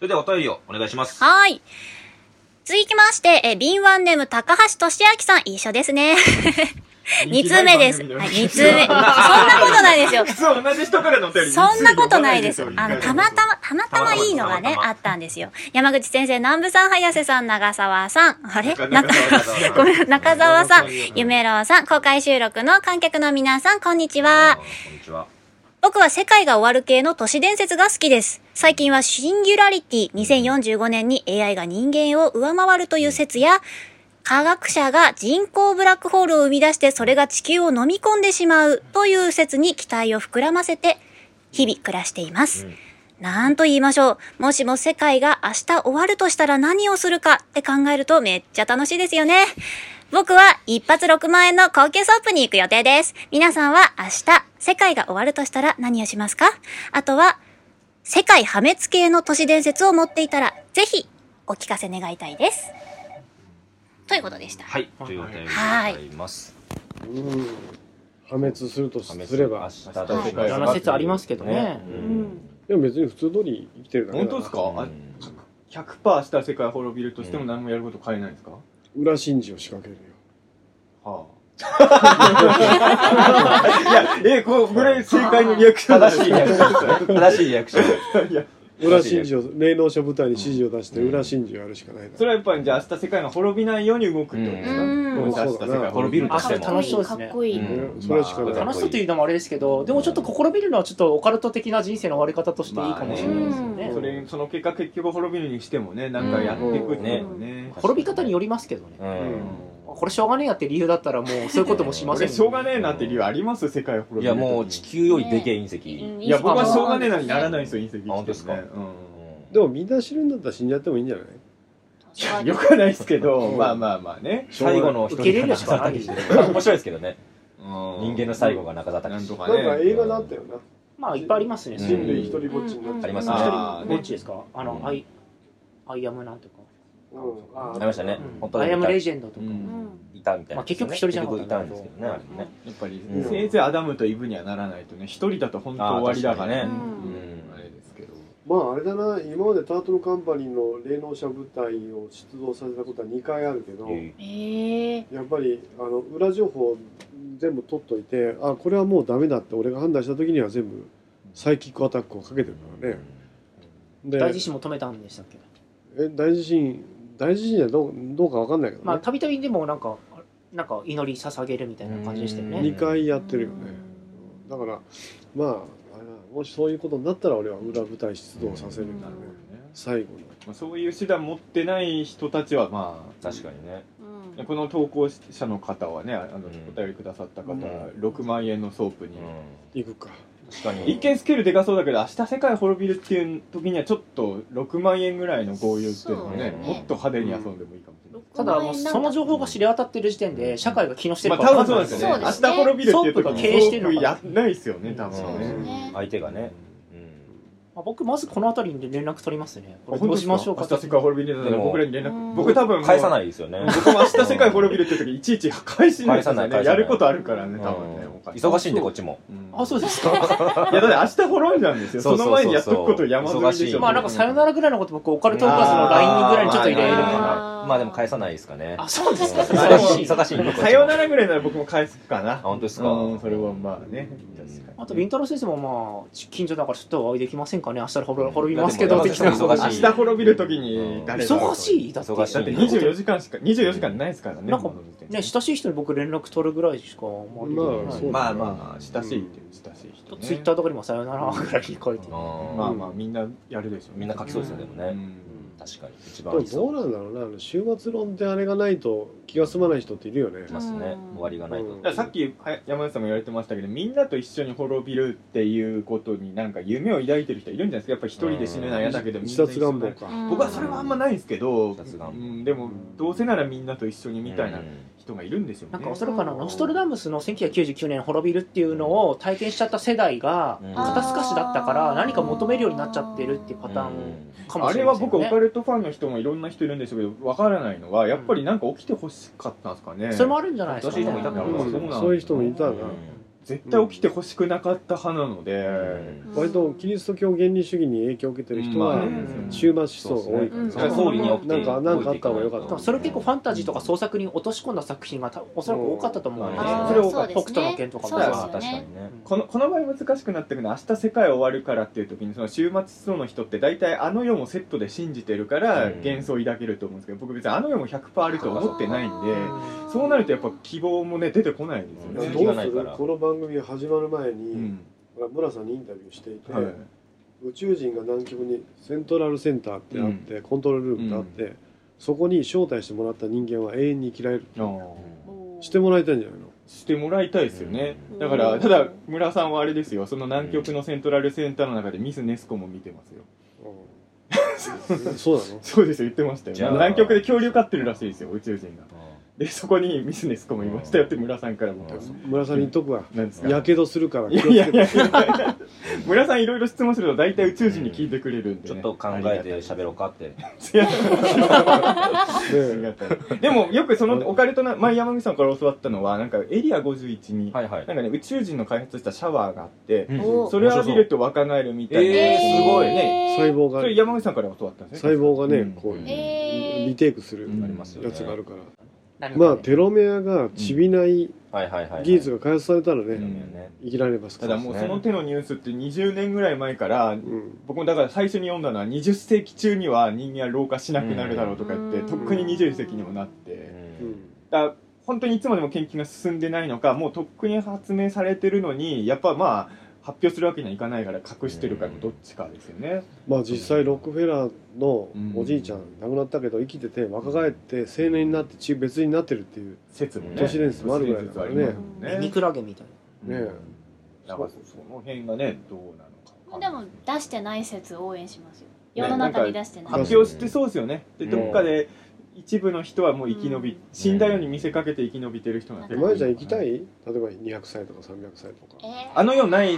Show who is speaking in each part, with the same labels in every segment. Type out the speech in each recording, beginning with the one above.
Speaker 1: れではお便りをお願いします。
Speaker 2: はーい。続きまして、え、敏腕ネーム高橋俊明さん、一緒で すね。二通目です。はい、二通目。そんなことないですよ。
Speaker 1: 普通同じ人からのお便り
Speaker 2: そんなことないです。あの、たまた
Speaker 1: ま。
Speaker 2: ま、たまたまいいのがね
Speaker 1: たまた、ま
Speaker 2: あったんですよ。山口先生、南部さん、早瀬さん、長澤さん。あれ
Speaker 1: 中
Speaker 2: な
Speaker 1: 中澤さん
Speaker 2: ごめん、中澤さん
Speaker 1: 中澤さんいいよ、
Speaker 2: 夢郎さん、公開収録の観客の皆さん、こんにち
Speaker 1: あ
Speaker 2: は
Speaker 1: こ。んにちは。
Speaker 2: 僕は世界が終わる系の都市伝説が好きです。最近はシンギュラリティ2045年に AI が人間を上回るという説や、科学者が人工ブラックホールを生み出してそれが地球を飲み込んでしまうという説に期待を膨らませて日々暮らしています。なんと言いましょう。もしも世界が明日終わるとしたら何をするかって考えるとめっちゃ楽しいですよね。僕は一発6万円の高級ソープに行く予定です。皆さんは明日、世界が終わるとしたら何をしますかあとは、世界破滅系の都市伝説を持っていたら、ぜひお聞かせ願いたいです。ということでした。
Speaker 1: はい、というお便りでございます。
Speaker 3: うん破滅するとすれば
Speaker 1: 明日
Speaker 4: まあ
Speaker 1: と
Speaker 4: いろんな説ありますけどね。
Speaker 1: う
Speaker 5: うんん
Speaker 3: でも別に普通通り生きてるだけだ
Speaker 5: 本当ですかあ
Speaker 1: うん
Speaker 5: 100%したら世界滅びるとしても何もやること変えないんですか、
Speaker 3: 裏真珠を仕掛けるよ
Speaker 5: はあいやえここれ正解のリアクション
Speaker 1: 正しいリアクション。正しいリアクション。
Speaker 3: 裏真珠を霊能者部隊に指示を出して裏真珠をやるしかないな
Speaker 5: それはやっぱりじゃあ明日世界が滅びないように動くってことですか、
Speaker 2: うん
Speaker 5: もし明日世界が滅びるとして
Speaker 4: あ楽
Speaker 5: も
Speaker 4: しそうですね
Speaker 6: かっこいい。
Speaker 1: うん
Speaker 3: ねそれしかない
Speaker 1: まあ
Speaker 4: 楽しそうというのもあれですけど、でもちょっと試みるのはちょっとオカルト的な人生の終わり方としていいかもしれないですよね。
Speaker 5: それその結果結局滅びるにしてもねなんかやっていくっていうのもね、
Speaker 4: 滅び方によりますけどね。
Speaker 1: う
Speaker 5: うん
Speaker 1: ん。
Speaker 4: これしょうがねえやって理由だったらもうそういうこともしません
Speaker 5: 俺
Speaker 4: よ
Speaker 5: しょうがねえなって理由あります世界滅びる
Speaker 1: いや、もう地球よりでけえ隕
Speaker 6: う
Speaker 1: 石。
Speaker 6: ん
Speaker 5: いや僕はしょうがねえなにならないんで
Speaker 6: い
Speaker 5: すよ隕石、ね、
Speaker 1: あ本当ですか
Speaker 5: うん
Speaker 3: でもみんな死ぬんだったら死んじゃってもいいんじゃない
Speaker 5: いやよくはないですけど、まあまあまあね。
Speaker 1: 最後の一
Speaker 4: 受け入れ
Speaker 1: 人
Speaker 4: るしかないですよ
Speaker 1: 面白いですけどね。人
Speaker 5: 人
Speaker 1: 間の最後が中
Speaker 5: な
Speaker 1: 畑
Speaker 5: んと
Speaker 1: 氏。
Speaker 5: か
Speaker 3: なんか
Speaker 5: ね。
Speaker 3: 映画だったよな
Speaker 4: まあいっぱいありますね。
Speaker 1: うん
Speaker 3: 人類一人ぼっちになっ
Speaker 6: うん
Speaker 3: て
Speaker 1: ありますね。
Speaker 5: あー
Speaker 4: どっちですかあの、
Speaker 1: うん
Speaker 4: アイ、アイアムなんとか。
Speaker 3: うんあ
Speaker 1: あ
Speaker 3: ー
Speaker 1: りましたね
Speaker 4: う。ん
Speaker 1: 本当
Speaker 4: アイアムレ
Speaker 1: に
Speaker 4: ジェンドとか。
Speaker 5: うん
Speaker 1: いたみたいな。
Speaker 4: まあ結局一人じゃなかった
Speaker 1: 結局いたんですけどね、あれね。
Speaker 5: やっぱり
Speaker 1: うん
Speaker 5: せいぜいアダムとイブにはならないとね、一人だと本当終わりだから
Speaker 1: あー
Speaker 5: ね。
Speaker 1: 確か
Speaker 5: う
Speaker 1: にね
Speaker 5: んあれですけど。
Speaker 3: まああれだな今までタートルカンパニーの霊能者部隊を出動させたことは2回あるけど、
Speaker 1: うん
Speaker 6: ええ。
Speaker 3: やっぱりあの裏情報全部取っといてあこれはもうダメだって俺が判断した時には全部サイキックアタックをかけてるからね、で
Speaker 4: 大地震も止めたんでしたっけ
Speaker 3: え大地震大地震はどうどうかわかんないけど、ね
Speaker 4: まあたびたびでもなんか、なんか祈り捧げるみたいな感じでしたよ
Speaker 1: うん
Speaker 4: ね。
Speaker 3: 2回やってるよね、だからまああれだもしそういうことになったら俺は裏舞台出動させるんだ
Speaker 5: な
Speaker 3: ね
Speaker 5: るほどね
Speaker 3: 最後の
Speaker 5: まあそういう手段持ってない人たちは、まあ、
Speaker 1: 確かにね。
Speaker 6: うん
Speaker 5: この投稿者の方はね、あの
Speaker 1: うん
Speaker 5: お便りくださった方は
Speaker 1: う
Speaker 5: 6万円のソープに。
Speaker 3: 行くか
Speaker 1: 確かに。
Speaker 5: 一見スケールでかそうだけど、明日世界滅びるっていう時には、ちょっと6万円ぐらいの豪遊っていうのはね、
Speaker 1: そうね
Speaker 5: もっと派手に遊んでもいいかもしれない。
Speaker 4: ただもうその情報が知れ渡ってる時点で社会が気のして
Speaker 5: ま
Speaker 4: る
Speaker 5: あ
Speaker 4: か
Speaker 5: 多分
Speaker 4: 分か
Speaker 5: そ
Speaker 4: ん
Speaker 5: う
Speaker 4: な
Speaker 5: ないんです
Speaker 4: よ
Speaker 5: よね明
Speaker 6: そう。で
Speaker 5: 日滅びるっていう時
Speaker 4: ソープ
Speaker 6: すね
Speaker 4: が
Speaker 5: に
Speaker 4: 経営してるの
Speaker 5: ソー
Speaker 4: か
Speaker 5: プやんないですよね、多
Speaker 6: そう
Speaker 5: 分
Speaker 6: です
Speaker 5: ね。
Speaker 6: ね。
Speaker 1: 相手がね。
Speaker 4: まあ僕まずこの辺りに連絡取りますね。こ
Speaker 5: あ
Speaker 4: れ
Speaker 5: 本当
Speaker 4: どう
Speaker 5: です
Speaker 4: し
Speaker 5: か
Speaker 4: ましょうか
Speaker 5: 明日世界滅びるんだった
Speaker 1: で
Speaker 5: ら
Speaker 1: も
Speaker 5: 僕らに連
Speaker 6: う
Speaker 5: 絡。
Speaker 6: ん
Speaker 5: 僕多分。
Speaker 1: 返さないですよね。
Speaker 5: 僕も明日世界滅びるって時にいちいち返しないです
Speaker 1: 返さ
Speaker 5: よ
Speaker 1: な
Speaker 5: ね。
Speaker 1: い
Speaker 5: やることあるから
Speaker 1: う
Speaker 5: ね、
Speaker 1: ん
Speaker 5: 多分ね。お金
Speaker 1: 忙しいんで、こっちも。
Speaker 5: うん
Speaker 4: あ、そうですか。
Speaker 5: いや、だって明日滅んじゃうんですよ。
Speaker 1: そう
Speaker 5: そ
Speaker 1: そうそうそ
Speaker 5: の
Speaker 1: う
Speaker 5: 前にやっとくこと山積みでし
Speaker 1: 忙しい
Speaker 5: ょ。
Speaker 4: まあなんかさよな
Speaker 5: ら。
Speaker 4: らぐらいのこと僕オカルトーカーズの LINE ぐらいにちょっと入れる
Speaker 1: まあ
Speaker 4: か
Speaker 1: まあ
Speaker 4: な。
Speaker 1: まあまあでも返さないですかね。
Speaker 4: あ、そうですか。
Speaker 1: うん
Speaker 4: 素晴ら
Speaker 1: 忙
Speaker 4: し
Speaker 1: しい
Speaker 4: い。
Speaker 1: 忙しいんでこっちも
Speaker 5: さよならぐらいなら僕も返すかな。あ、
Speaker 1: 本当ですか
Speaker 5: それはまあね。
Speaker 4: あと、りんたろー先生もまあ、近所だからちょっとお会いできませんかね明日滅び滅び
Speaker 1: まあ
Speaker 4: ま
Speaker 1: ですも
Speaker 4: けど、
Speaker 1: 山
Speaker 4: 的
Speaker 1: 口さん忙し
Speaker 4: な。
Speaker 5: 明
Speaker 1: い
Speaker 5: 日滅びる時に誰だろう
Speaker 4: 忙しいだって。
Speaker 1: 忙しい
Speaker 5: だって24時間しか、24時間ないですからね。
Speaker 4: なんか
Speaker 5: 今の時点で
Speaker 4: ね、親しい人に僕連絡取るぐらいしかあんまりできない
Speaker 3: まあそう
Speaker 5: まあまあ、親しいっていう、親しい人、
Speaker 4: と
Speaker 5: ね。
Speaker 4: ツイッターとかにもさよならぐらいに書いてる。
Speaker 1: うん
Speaker 5: まあまあ、みんなやるでしょ。
Speaker 1: みんな書きそうですよ、でも
Speaker 5: う
Speaker 1: ね。
Speaker 5: ん
Speaker 1: 確かに。一
Speaker 3: で
Speaker 1: 番あ
Speaker 3: も
Speaker 1: りそ
Speaker 3: ど
Speaker 1: う。
Speaker 3: うなんだろうなあの終末論ってあれがないと気が済まない人っているよね
Speaker 1: いますね。終わりがないと。
Speaker 5: だからさっきは山内さんも言われてましたけどみんなと一緒に滅びるっていうことになんか夢を抱いてる人いるんじゃないですかやっぱ一人で死ぬのは嫌だけどみんな一
Speaker 3: 自
Speaker 5: 緒
Speaker 3: 殺
Speaker 5: に
Speaker 3: 願望か
Speaker 6: うん
Speaker 5: 僕はそれはあんまないんですけど、
Speaker 1: 自殺願望
Speaker 5: うんでもどうせならみんなと一緒にみたいな人がいるんですよね、
Speaker 4: なんかおそらくあの、ノストルダムスの1999年滅びるっていうのを体験しちゃった世代が、
Speaker 1: うん
Speaker 4: 肩透かしだったから何か求めるようになっちゃってるっていうパターンかも
Speaker 5: あ
Speaker 4: しれ
Speaker 5: れ
Speaker 4: ま
Speaker 5: は
Speaker 4: せんよ
Speaker 5: 僕オ
Speaker 4: ね。
Speaker 5: カルトファンの人もいろんな人いるんでしょうけどわからないのはやっぱりなんか起きてほしかったんですかね、
Speaker 4: それもあるんじゃないです
Speaker 1: 私
Speaker 4: か
Speaker 1: 人
Speaker 4: ね。
Speaker 1: もいたんだろ
Speaker 3: う
Speaker 1: うな。
Speaker 3: んそういう人もいたな
Speaker 1: うん
Speaker 5: 絶対起きてほしくなかった派なので、
Speaker 1: うん
Speaker 3: 割とキリスト教原理主義に影響を受けてる人
Speaker 5: う
Speaker 3: は
Speaker 5: ん
Speaker 3: 終末思想が多いから
Speaker 2: うん
Speaker 3: そ
Speaker 2: そう
Speaker 3: こ
Speaker 2: ですね
Speaker 3: もなんかなんかあった方が良かっ
Speaker 4: で
Speaker 3: た
Speaker 4: もそれ結構ファンタジーとか創作に落とし込んだ作品がたおそらく多かったと思うので、
Speaker 1: うんあー
Speaker 4: それを
Speaker 2: そうですね
Speaker 4: 北斗の拳とか
Speaker 1: ま
Speaker 4: も
Speaker 1: あ
Speaker 2: そう
Speaker 1: 確
Speaker 2: です
Speaker 1: か
Speaker 2: よね
Speaker 1: にね
Speaker 5: このこの場合難しくなってるのは明日世界終わるからっていう時にその終末思想の人って大体あの世もセットで信じてるから
Speaker 1: うん
Speaker 5: 幻想を抱けると思うんですけど僕別にあの世も100%あるとは思ってないんで
Speaker 4: あ
Speaker 5: そうなるとやっぱ希望もね出てこないです
Speaker 3: ど
Speaker 5: よ
Speaker 1: 気が
Speaker 5: ね
Speaker 3: う
Speaker 1: な
Speaker 3: す
Speaker 1: いか
Speaker 3: る
Speaker 1: ら
Speaker 3: この番組が始まる前に、
Speaker 5: うん
Speaker 3: ほら村さんにインタビューしていて、
Speaker 5: はい
Speaker 3: 宇宙人が南極にセントラルセンターってあって、コントロールルームがあって、そこに招待してもらった人間は永遠に生きられる
Speaker 5: あー
Speaker 3: してもらいたいんじゃないの
Speaker 5: してもらいたいですよね
Speaker 1: うん
Speaker 5: だからただ村さんはあれですよその南極のセントラルセンターの中でミス・ネスコも見てますよ
Speaker 3: うんそうなの
Speaker 5: そうですよ言ってました
Speaker 1: じゃ
Speaker 5: よ
Speaker 1: あ
Speaker 5: 南極で恐竜飼ってるらしいですよ宇宙人がでそこにミス・ネスコもいましたよって村さんからも
Speaker 3: 村さんに言っとくわ
Speaker 5: なんですか
Speaker 3: やけどするから
Speaker 5: い
Speaker 3: 気を
Speaker 5: や
Speaker 3: つ
Speaker 5: いや
Speaker 3: け
Speaker 5: い
Speaker 3: て
Speaker 5: や 村さんいろいろ質問すると大体宇宙人に聞いてくれるんで、
Speaker 1: ちょ
Speaker 5: ね
Speaker 1: っと考えて喋ろうかって
Speaker 5: ありがたいあり
Speaker 3: ね
Speaker 5: がたいでもよくそのオカルトな前山口さんから教わったのはなんかエリア51に、
Speaker 1: はいはい
Speaker 5: なんかね宇宙人の開発したシャワーがあって、
Speaker 1: うん
Speaker 2: お
Speaker 5: それを浴びると若返るみたいな、
Speaker 1: えーすごい
Speaker 5: ね
Speaker 3: 細
Speaker 5: そ
Speaker 3: 胞が
Speaker 5: れ山口さんから教わったんですね
Speaker 3: 細胞がね、
Speaker 5: うん
Speaker 3: こう、
Speaker 1: うん
Speaker 2: えー
Speaker 3: リテイクする
Speaker 5: うん
Speaker 1: ありますよね
Speaker 3: やつがあるから、
Speaker 4: ー
Speaker 3: まあテロメアがちびない
Speaker 1: はいはいはいはい
Speaker 3: 技術が開発されたらね、
Speaker 5: ん
Speaker 3: 生きられますか
Speaker 5: た
Speaker 3: ら
Speaker 5: だもうその手のニュースって20年ぐらい前から
Speaker 3: うん
Speaker 5: 僕もだから最初に読んだのは20世紀中には人間は老化しなくなるだろうとか言って、
Speaker 2: うん
Speaker 5: とっくに21世紀にもなって、
Speaker 1: うん
Speaker 3: うん
Speaker 5: だから本当にいつまでも研究が進んでないのかもうとっくに発明されてるのにやっぱまあ発表するわけにはいかないから隠してるからどっちかですよね、
Speaker 3: まあ実際ロックフェラーのおじいちゃん亡くなったけど生きてて若返って青年になってち別になってるっていう
Speaker 5: 説もね
Speaker 1: 都市
Speaker 3: 伝説もあるぐらいだからね
Speaker 5: 都市伝説ありますもん
Speaker 4: ミクラゲみたい
Speaker 3: ねえ
Speaker 5: だからそその辺がねどうなのか
Speaker 2: でも出してない説応援しますよ世の中に出してない、
Speaker 3: ねなんか
Speaker 5: 発表してそうですよねで
Speaker 1: うん
Speaker 5: どっかで一部の人はもう生き延
Speaker 2: う
Speaker 5: び、
Speaker 2: ん
Speaker 5: 死んだように見せかけて生き延びてる人なんて
Speaker 2: うん
Speaker 3: 前ちゃん行きたい例えば200歳とか300歳とか
Speaker 2: えー
Speaker 5: あの世ない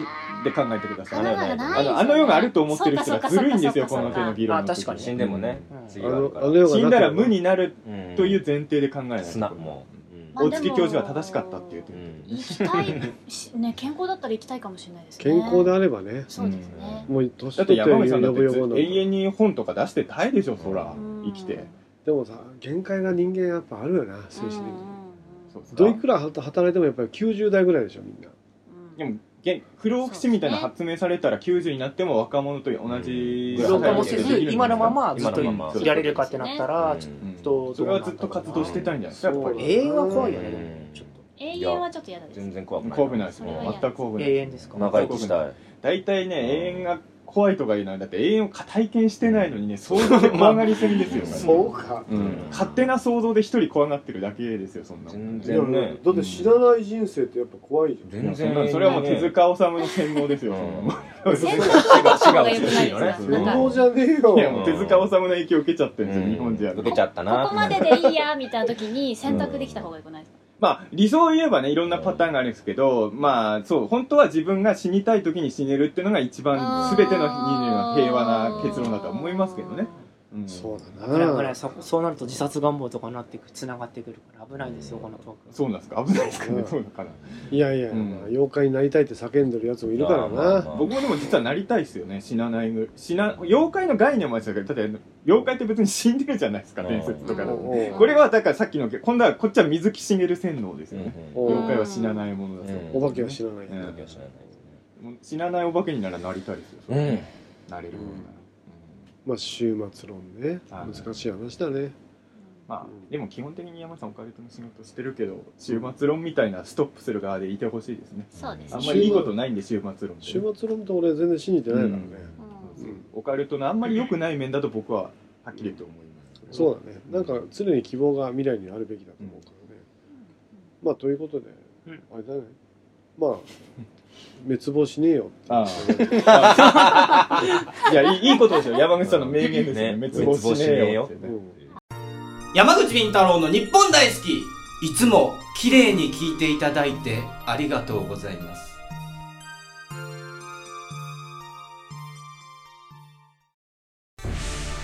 Speaker 5: で考えてくださ
Speaker 2: あ
Speaker 5: い
Speaker 2: の世がない
Speaker 5: あのあの世があると思ってる人がずるいんですよ
Speaker 2: そ
Speaker 5: こ
Speaker 2: っかそ
Speaker 5: の
Speaker 2: っか
Speaker 5: 手の議論の時
Speaker 4: そっかあ確かに
Speaker 1: 死んでもね
Speaker 4: うん
Speaker 1: 次
Speaker 3: あ
Speaker 1: がある
Speaker 3: の
Speaker 1: か
Speaker 3: あ
Speaker 1: ら
Speaker 3: の世が
Speaker 5: 死ん
Speaker 3: な
Speaker 5: だ
Speaker 3: けれ
Speaker 5: ら
Speaker 3: ば
Speaker 5: 無になる
Speaker 1: うん
Speaker 5: という前提で考えないと
Speaker 1: 砂もううん
Speaker 2: まあ
Speaker 5: 大月教授は正しかったっていう点でね
Speaker 2: 行きたいしね健康だったら行きたいかもしれないですね
Speaker 3: 健康であればね
Speaker 2: そうですね、
Speaker 3: もう年
Speaker 5: だ
Speaker 3: 取
Speaker 5: って
Speaker 3: って
Speaker 5: 山口さんだ
Speaker 3: よ
Speaker 5: って
Speaker 3: ぼよぼの
Speaker 5: 永遠に本とか出してたいでしょそら
Speaker 2: うん
Speaker 5: 生きて
Speaker 3: でもさ限界が人間やっぱあるよな精神的
Speaker 2: うんう
Speaker 3: に
Speaker 2: ん
Speaker 5: そう
Speaker 2: う
Speaker 5: そ
Speaker 3: ど
Speaker 5: ら
Speaker 3: いくら働いてもやっぱり90代ぐらいでしょみんな
Speaker 2: うん
Speaker 5: でも現不老不死みたいな発明されたら90になっても若者と同じ
Speaker 4: な
Speaker 1: う
Speaker 4: 老
Speaker 1: ん
Speaker 4: 化もせず今のままずっと
Speaker 1: 今のまま
Speaker 4: いられるかってなったらちょっ
Speaker 5: うん
Speaker 4: と
Speaker 5: それはずっと活動してたいんじゃないですかやっぱ
Speaker 4: と
Speaker 3: うん
Speaker 5: り
Speaker 4: 永遠は怖いよねでもちょっ
Speaker 2: 永遠はちょっと嫌だです
Speaker 1: 全然怖くない
Speaker 5: 怖くないです
Speaker 2: それは嫌
Speaker 5: ね全く怖く
Speaker 4: と
Speaker 5: な
Speaker 4: 永
Speaker 5: い
Speaker 4: 遠ですか
Speaker 1: 長生きしたい
Speaker 5: 大体ね永遠が怖いとか言うのはだって永遠を体験してないのにね想像で怖がりすぎ ですよ
Speaker 3: そうか
Speaker 5: うん勝手な想像で一人怖がってるだけですよそんなもん
Speaker 1: 全
Speaker 3: いや
Speaker 1: 然ね
Speaker 3: だって知らない人生ってやっぱ怖いじゃん
Speaker 1: 全
Speaker 5: そん
Speaker 1: 然
Speaker 5: なそれはもう手塚治虫の洗脳ですよそんなもん
Speaker 2: 全部の方が良くないですかなん
Speaker 1: う
Speaker 2: か
Speaker 1: ん
Speaker 3: そうじゃねえよ
Speaker 5: いやも う手塚治虫の影響を受けちゃってるんですよ、日本人は
Speaker 1: 受けちゃったな
Speaker 2: ここまででいいやみたいな時に選択できた方が良くないですか、
Speaker 5: まあ理想を言えばねいろんなパターンがあるんですけど、まあそう本当は自分が死にたい時に死ねるっていうのが一
Speaker 2: あ
Speaker 5: 番
Speaker 2: ー
Speaker 5: 全ての人間の平和な結論だとは思いますけどね、うん、
Speaker 3: そうだ
Speaker 4: 危ない危な
Speaker 3: ない
Speaker 4: そそうなると自殺願望とかになってくつながってくるから危ないんですよこのトーク
Speaker 5: そうなんですか危ないですかね、
Speaker 3: うん
Speaker 5: そうだから
Speaker 3: いやいや、
Speaker 5: うん
Speaker 3: まあ妖怪になりたいって叫んでるやつもいるから
Speaker 1: まあまあ
Speaker 3: な
Speaker 1: まあ
Speaker 5: 僕もでも実はなりたいですよね死なないぐ死な妖怪の概念もあるんですけどだって妖怪って別に死んでるじゃないですか
Speaker 1: うん
Speaker 5: 伝説とかだ
Speaker 2: う
Speaker 5: と
Speaker 2: ん
Speaker 3: おう
Speaker 5: これはだからさっきの今度はこっちは水木しげる洗脳ですよね、
Speaker 1: うん
Speaker 3: うん
Speaker 5: 妖怪は死なないものだと、
Speaker 1: うん
Speaker 3: お化けは知らない、
Speaker 5: う
Speaker 1: うん知
Speaker 5: ん
Speaker 1: らない
Speaker 5: もう死なないお化けにならなりたいですよ、
Speaker 1: うんうん
Speaker 5: なれるものなら、
Speaker 3: うんまあ終末論ね
Speaker 5: あー
Speaker 3: 難しい話だね
Speaker 5: ま
Speaker 3: うん
Speaker 5: あでも基本的に山さんオカルトの仕事してるけど終末論みたいなストップする側でいてほしいですね
Speaker 2: そうです
Speaker 5: あ
Speaker 2: ね
Speaker 5: んまりいいことないんで終末論ってね
Speaker 3: 終末論って俺全然信じてないからね、
Speaker 5: うん
Speaker 2: うん
Speaker 3: うん
Speaker 5: オカルトのあんまり良くない面だと僕ははっきりと思います
Speaker 3: そうだねなんか常に希望が未来にあるべきだと思うからね、まあということで、
Speaker 4: うん
Speaker 3: あれだねまあ滅亡しねえよ
Speaker 5: あ
Speaker 3: っていう
Speaker 5: あ いやいいいいことですよ山口さんの名言ですね
Speaker 1: ね
Speaker 5: 滅亡しねえよって
Speaker 3: う
Speaker 5: ね
Speaker 3: ん
Speaker 6: 山口敏太郎の日本大好きいつも綺麗に聞いていただいてありがとうございます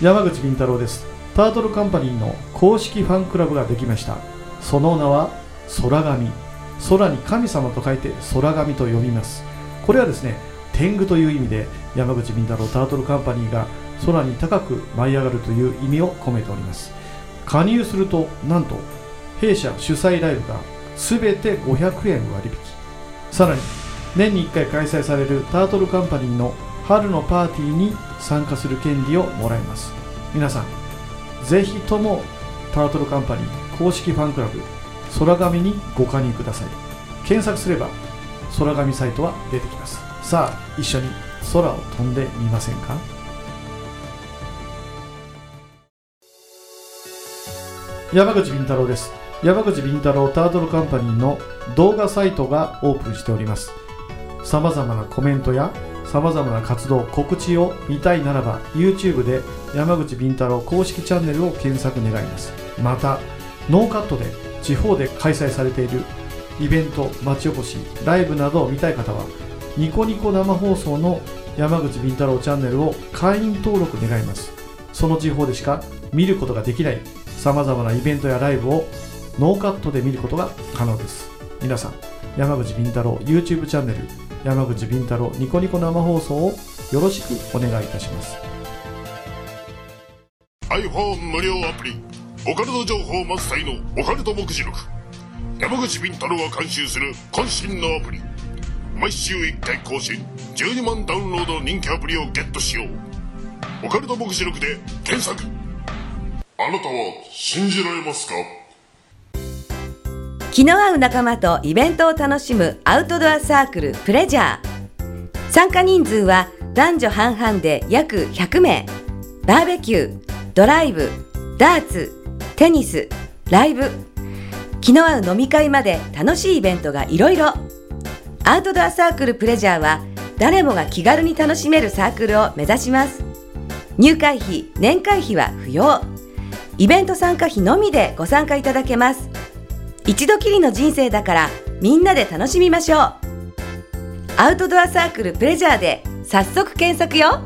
Speaker 7: 山口敏太郎ですタートルカンパニーの公式ファンクラブができましたその名は空紙空に神様と書いて空神と呼びますこれはですね天狗という意味で山口み太郎タートルカンパニーが空に高く舞い上がるという意味を込めております加入するとなんと弊社主催ライブが全て500円割引さらに年に1回開催されるタートルカンパニーの春のパーティーに参加する権利をもらいます皆さんぜひともタートルカンパニー公式ファンクラブ空紙にご加入ください検索すれば空紙サイトは出てきますさあ一緒に空を飛んでみませんか山口敏太郎です山口敏太郎タートルカンパニーの動画サイトがオープンしておりますさまざまなコメントやさまざまな活動告知を見たいならば YouTube で山口敏太郎公式チャンネルを検索願いますまたノーカットで地方で開催されているイベント町おこしライブなどを見たい方はニコニコ生放送の山口敏太郎チャンネルを会員登録願いますその地方でしか見ることができないさまざまなイベントやライブをノーカットで見ることが可能です皆さん山口敏太郎 YouTube チャンネル山口敏太郎ニコニコ生放送をよろしくお願いいたします
Speaker 8: iPhone 無料アプリオカルト情報満載のオカルト目次録山口敏太郎が監修する渾身のアプリ毎週1回更新12万ダウンロードの人気アプリをゲットしようオカルト目次録で検索あなたは信じられますか
Speaker 9: 気の合う仲間とイベントを楽しむアウトドアサークルプレジャー参加人数は男女半々で約100名バーベキュードライブダーツテニスライブ気の合う飲み会まで楽しいイベントがいろいろアウトドアサークルプレジャーは誰もが気軽に楽しめるサークルを目指します入会費年会費は不要イベント参加費のみでご参加いただけます一度きりの人生だからみんなで楽しみましょうアウトドアサークルプレジャーで早速検索よ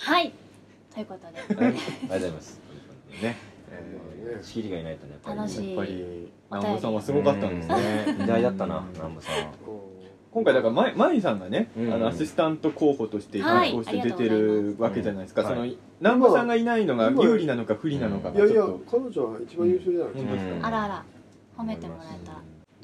Speaker 2: はい。ということで、
Speaker 1: ありがとうございます。ね。仕切りがいないとね、やっぱり
Speaker 2: 楽しい
Speaker 5: やっぱり南部さんはすごかったんですね
Speaker 1: 偉大だったな、南部さんは。
Speaker 5: 今回だからままいさんがね、
Speaker 1: うん
Speaker 5: あのアシスタント候補として
Speaker 2: はい
Speaker 5: こうして
Speaker 2: あり
Speaker 5: 出
Speaker 2: がとう
Speaker 5: て
Speaker 2: ございます
Speaker 5: るわけじゃないですか、
Speaker 1: うん
Speaker 5: その
Speaker 1: は
Speaker 5: 南部さんがいないのが
Speaker 3: 今
Speaker 5: 有利なのか不利なのか
Speaker 3: いや
Speaker 5: が
Speaker 3: い
Speaker 5: ち
Speaker 3: や
Speaker 5: ょっと
Speaker 3: 彼女は一番優秀じゃないですか、
Speaker 1: うん
Speaker 2: あらあら、褒めてもらえたら。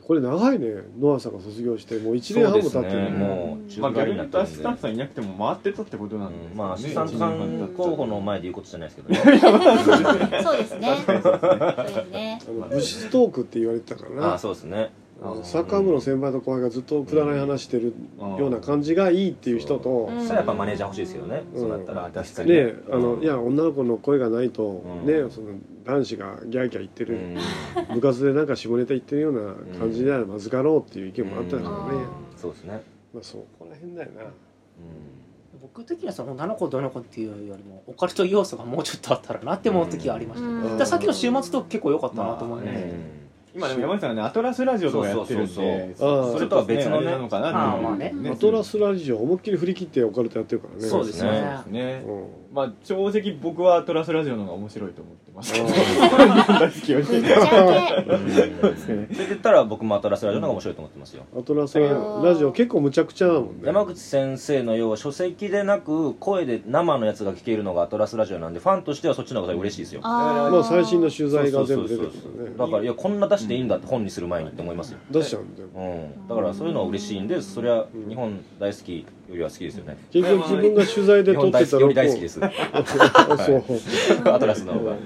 Speaker 3: これ長いねノアさんが卒業してもう1年
Speaker 1: そう
Speaker 3: 半
Speaker 1: で
Speaker 3: も
Speaker 1: す
Speaker 3: 経って
Speaker 1: ね、
Speaker 3: るね
Speaker 1: もう中
Speaker 5: まあ、
Speaker 1: 華
Speaker 5: 逆
Speaker 1: に
Speaker 5: に
Speaker 1: な
Speaker 5: 言
Speaker 1: っ
Speaker 5: うと
Speaker 1: た
Speaker 5: ア
Speaker 1: ん
Speaker 5: シ
Speaker 1: で
Speaker 5: スタントさんいなくても回ってたってことなんですよね、
Speaker 1: まあアシスタントさん候補の前で言うことじゃないですけどね。
Speaker 2: そうですね。そうですね。
Speaker 3: あの物質トークって言われてたから
Speaker 1: あ
Speaker 3: な
Speaker 1: あ、そうですね。
Speaker 5: あ
Speaker 3: サッカー部の先輩と後輩がずっとくだらない話してるような感じがいいっていう人と
Speaker 2: うん
Speaker 1: そしたらやっぱマネージャー欲しいですけどね。そうなったら確かに。
Speaker 3: ねあのいや女の子の声がないと
Speaker 1: うん
Speaker 3: ねその男子がギャーギャー言って
Speaker 1: う
Speaker 3: る
Speaker 1: ん。
Speaker 3: 部活でなんか下ネタ言ってるような感じであればまずかろうっていう意見もあったからね
Speaker 2: うん
Speaker 1: そうですね。
Speaker 3: まあそこら辺だよな
Speaker 4: 僕的にはその女の子どの子っていうよりもオカルト要素がもうちょっとあったらなって思う時はありました、
Speaker 2: うん
Speaker 4: だからさっきの週末と結構良かったなと思い
Speaker 1: うん
Speaker 4: ま
Speaker 1: う
Speaker 4: す、
Speaker 1: ん。
Speaker 5: 今でも山内さんがねアトラスラジオとかやってるんで
Speaker 1: そうそうそう
Speaker 3: そう
Speaker 5: そ
Speaker 3: あー
Speaker 5: れとは別
Speaker 1: ちょ
Speaker 5: の
Speaker 1: っと別のね
Speaker 5: ねなのかなっていう
Speaker 4: まあまあね
Speaker 3: アトラスラジオ思いっきり振り切ってオカルトやってるからね
Speaker 4: そうです
Speaker 1: そう
Speaker 4: ね
Speaker 1: で
Speaker 5: ね
Speaker 3: うん
Speaker 5: まあ正直僕はアトラスラジオの方が面白いと思ってますけど大好きよ
Speaker 2: ぶっ
Speaker 5: ね
Speaker 2: ちゃけ。
Speaker 1: そ れで言ったら僕もアトラスラジオの方が面白いと思ってますよ。
Speaker 3: アトラスラジオ結構むちゃくちゃだもんね
Speaker 1: 山口先生のよう書籍でなく声で生のやつが聞けるのがアトラスラジオなんでファンとしてはそっちの方が嬉しいですよ
Speaker 2: あー
Speaker 3: まあ最新の取材が全部
Speaker 1: そ
Speaker 3: 出
Speaker 1: うそ
Speaker 3: て
Speaker 1: う
Speaker 3: く
Speaker 1: そうそう
Speaker 3: るか
Speaker 1: だ
Speaker 3: らね
Speaker 1: からいやこんな出していいんだって本にする前にって思いますよ、
Speaker 3: 出しちゃうんだよ
Speaker 1: うん、だからそういうのは嬉しいんでそれは日本大好きよりは好きですよね
Speaker 3: 結局自分が取材で
Speaker 1: 日
Speaker 3: 撮
Speaker 1: 本
Speaker 3: っ
Speaker 1: 大好き
Speaker 3: てた
Speaker 1: よ
Speaker 3: ら
Speaker 1: り大好きです
Speaker 3: そう
Speaker 1: アトラスの方が、うん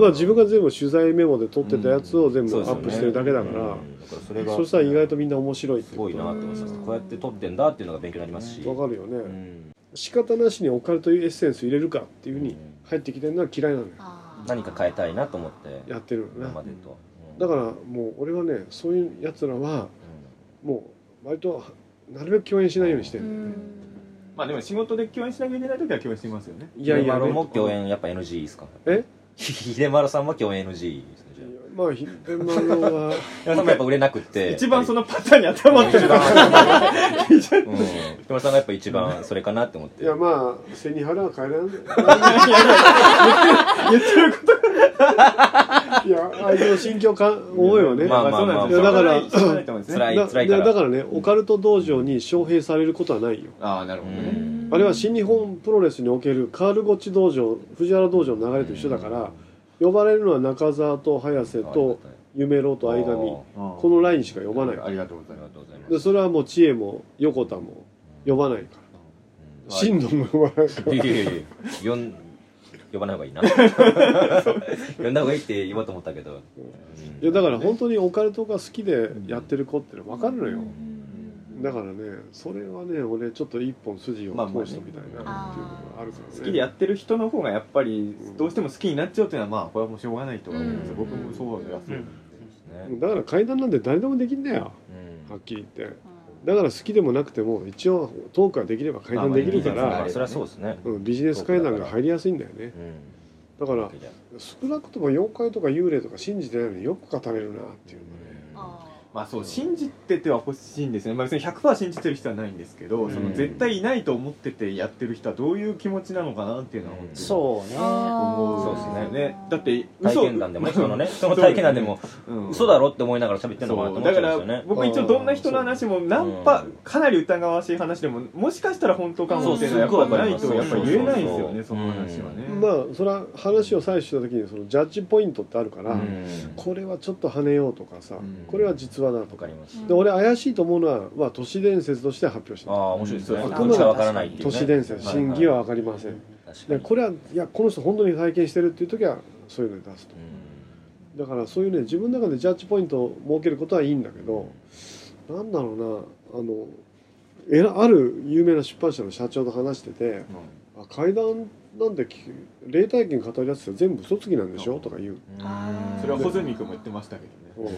Speaker 3: まあ自分が全部取材メモで撮ってたやつを全部
Speaker 1: そう
Speaker 3: ア
Speaker 1: ですよ
Speaker 3: ッ
Speaker 1: ね
Speaker 3: プしてるだけだから
Speaker 1: うんだからそれが
Speaker 3: そしたら意外とみんな面白いって
Speaker 1: す
Speaker 3: こ
Speaker 1: ご
Speaker 3: と
Speaker 1: いなと思いましたこうやって撮ってんだっていうのが勉強になりますし
Speaker 3: わかるよ
Speaker 1: う
Speaker 3: ね
Speaker 1: ん
Speaker 3: 仕方なしにオカルトエッセンス入れるかっていうふうに入ってきてるのは嫌いなのよ
Speaker 1: 何か変えたいなと思って
Speaker 3: やってる
Speaker 1: 今
Speaker 3: よね
Speaker 1: までと、うん
Speaker 3: だからもう俺はねそういうやつらはもう割となるべく共演しないようにして
Speaker 2: う
Speaker 3: る
Speaker 2: ん
Speaker 5: まあでも仕事で共演しなきゃいけない時は共演してますよね
Speaker 3: いやいや
Speaker 1: ヒデマロも
Speaker 3: ね
Speaker 1: 共演やっぱ NG ですか
Speaker 3: え
Speaker 1: ヒデマロさんも共演 NG ですねじゃ
Speaker 3: まあヒデマロは
Speaker 1: あヒデマロやっぱ売れなくって
Speaker 5: 一番そ
Speaker 1: の
Speaker 5: のパターンに当てはまってるな
Speaker 1: うんヒデマロさんがやっぱ一番それかなって思っ
Speaker 3: い
Speaker 1: て
Speaker 3: やまあ背に腹は変えられない
Speaker 5: 言ってること
Speaker 3: いや相手の心境か思いをね、
Speaker 1: まあ
Speaker 5: そうなんですよ
Speaker 3: まあまあ
Speaker 5: だからしょうがないと思うんですね
Speaker 1: 辛い
Speaker 3: だ
Speaker 1: 辛いから
Speaker 3: だからねオカルト道場に招聘されることはないよ
Speaker 5: ああなるほどね、
Speaker 3: あれは新日本プロレスにおけるカールゴッチ道場藤原道場の流れと一緒だから呼ばれるのは中澤と早瀬と夢郎と相上
Speaker 5: こ
Speaker 3: このラインしか呼ばな
Speaker 5: あ
Speaker 3: い
Speaker 5: りがとうご
Speaker 1: あ
Speaker 5: ざい
Speaker 1: り
Speaker 5: ま
Speaker 1: が
Speaker 5: す
Speaker 1: とうございま
Speaker 3: ですそれはもう知恵も横田も呼ばないから
Speaker 5: うん
Speaker 3: 真のも呼ばないから
Speaker 1: いやいやいやいや呼ん呼ばない方が いいな呼んだ方がいいって言おうと思ったけど、うん
Speaker 3: いやだから本当にオカルトが好きでやってる子ってのは分かるのよだからねそれはね俺ちょっと一本筋を
Speaker 5: まあまあね
Speaker 3: 通したみたいなっていうのがあるからね
Speaker 5: 好きでやってる人の方がやっぱりどうしても好きになっちゃうというのはまあこれはもうしょうがないとは思います、
Speaker 2: うん
Speaker 5: 僕もそうだよ、
Speaker 4: うん
Speaker 1: ね
Speaker 3: だから階段なんて誰でもできんだよ
Speaker 1: うん
Speaker 3: はっきり言ってだから好きでもなくても一応トークができれば階段できるか
Speaker 5: まあま
Speaker 1: ま
Speaker 5: あ
Speaker 1: あ
Speaker 3: ら
Speaker 5: いい
Speaker 1: それはそうですね
Speaker 3: うんビジネス階段が入りやすいんだよね
Speaker 1: うん
Speaker 3: だから少なくとも妖怪とか幽霊とか信じてないのによく語れるなっていう
Speaker 5: まあそう信じてては欲しいんですね、まあ、別に100%信じてる人はないんですけど、
Speaker 1: うん
Speaker 5: その絶対いないと思っててやってる人はどういう気持ちなのかなっていうのは本当に
Speaker 4: そうね
Speaker 5: 思う
Speaker 1: そうですね
Speaker 5: よねだって嘘
Speaker 1: 体験談でも人のねその体験談でも
Speaker 5: うん
Speaker 1: 嘘だろって思いながら喋ってんのかなと
Speaker 5: そ
Speaker 1: 思
Speaker 5: う
Speaker 1: っ
Speaker 5: だ
Speaker 1: ちゃう
Speaker 5: か
Speaker 1: んですよ
Speaker 5: ら
Speaker 1: ね
Speaker 5: 僕一応どんな人の話も何パ
Speaker 1: うん
Speaker 5: かなり疑わしい話でももしかしたら本当かもっていうのはやっぱないとやっぱ言えないですよね
Speaker 1: そ
Speaker 5: そ
Speaker 1: そうそうそう
Speaker 5: うの話はね、
Speaker 3: まあそれは話を採取した時にそのジャッジポイントってあるから、
Speaker 1: うん
Speaker 3: これはちょっと跳ねようとかさ、
Speaker 5: うん
Speaker 3: これは実話だと
Speaker 1: わ
Speaker 3: か
Speaker 1: かります
Speaker 3: で俺怪しいと思うのは、まあ、都市伝説として発表し
Speaker 1: あ
Speaker 3: た
Speaker 1: あ面白いですね
Speaker 5: そう
Speaker 1: どっちかわからないっていうね
Speaker 3: 都市伝説
Speaker 1: いい
Speaker 3: 真偽は分かりません、
Speaker 1: 確か
Speaker 3: で
Speaker 1: に
Speaker 3: これはいやこの人本当に体験してるっていう時はそういうのに出すと
Speaker 1: うん
Speaker 3: だからそういうね自分の中でジャッジポイントを設けることはいいんだけどなんだろうなあのえらある有名な出版社の社長と話してて「あ怪談なんて聞く霊体験語り出す人全部嘘つきなんでしょ?」とか言う、
Speaker 1: うん
Speaker 5: それは穂積君も言ってましたけどね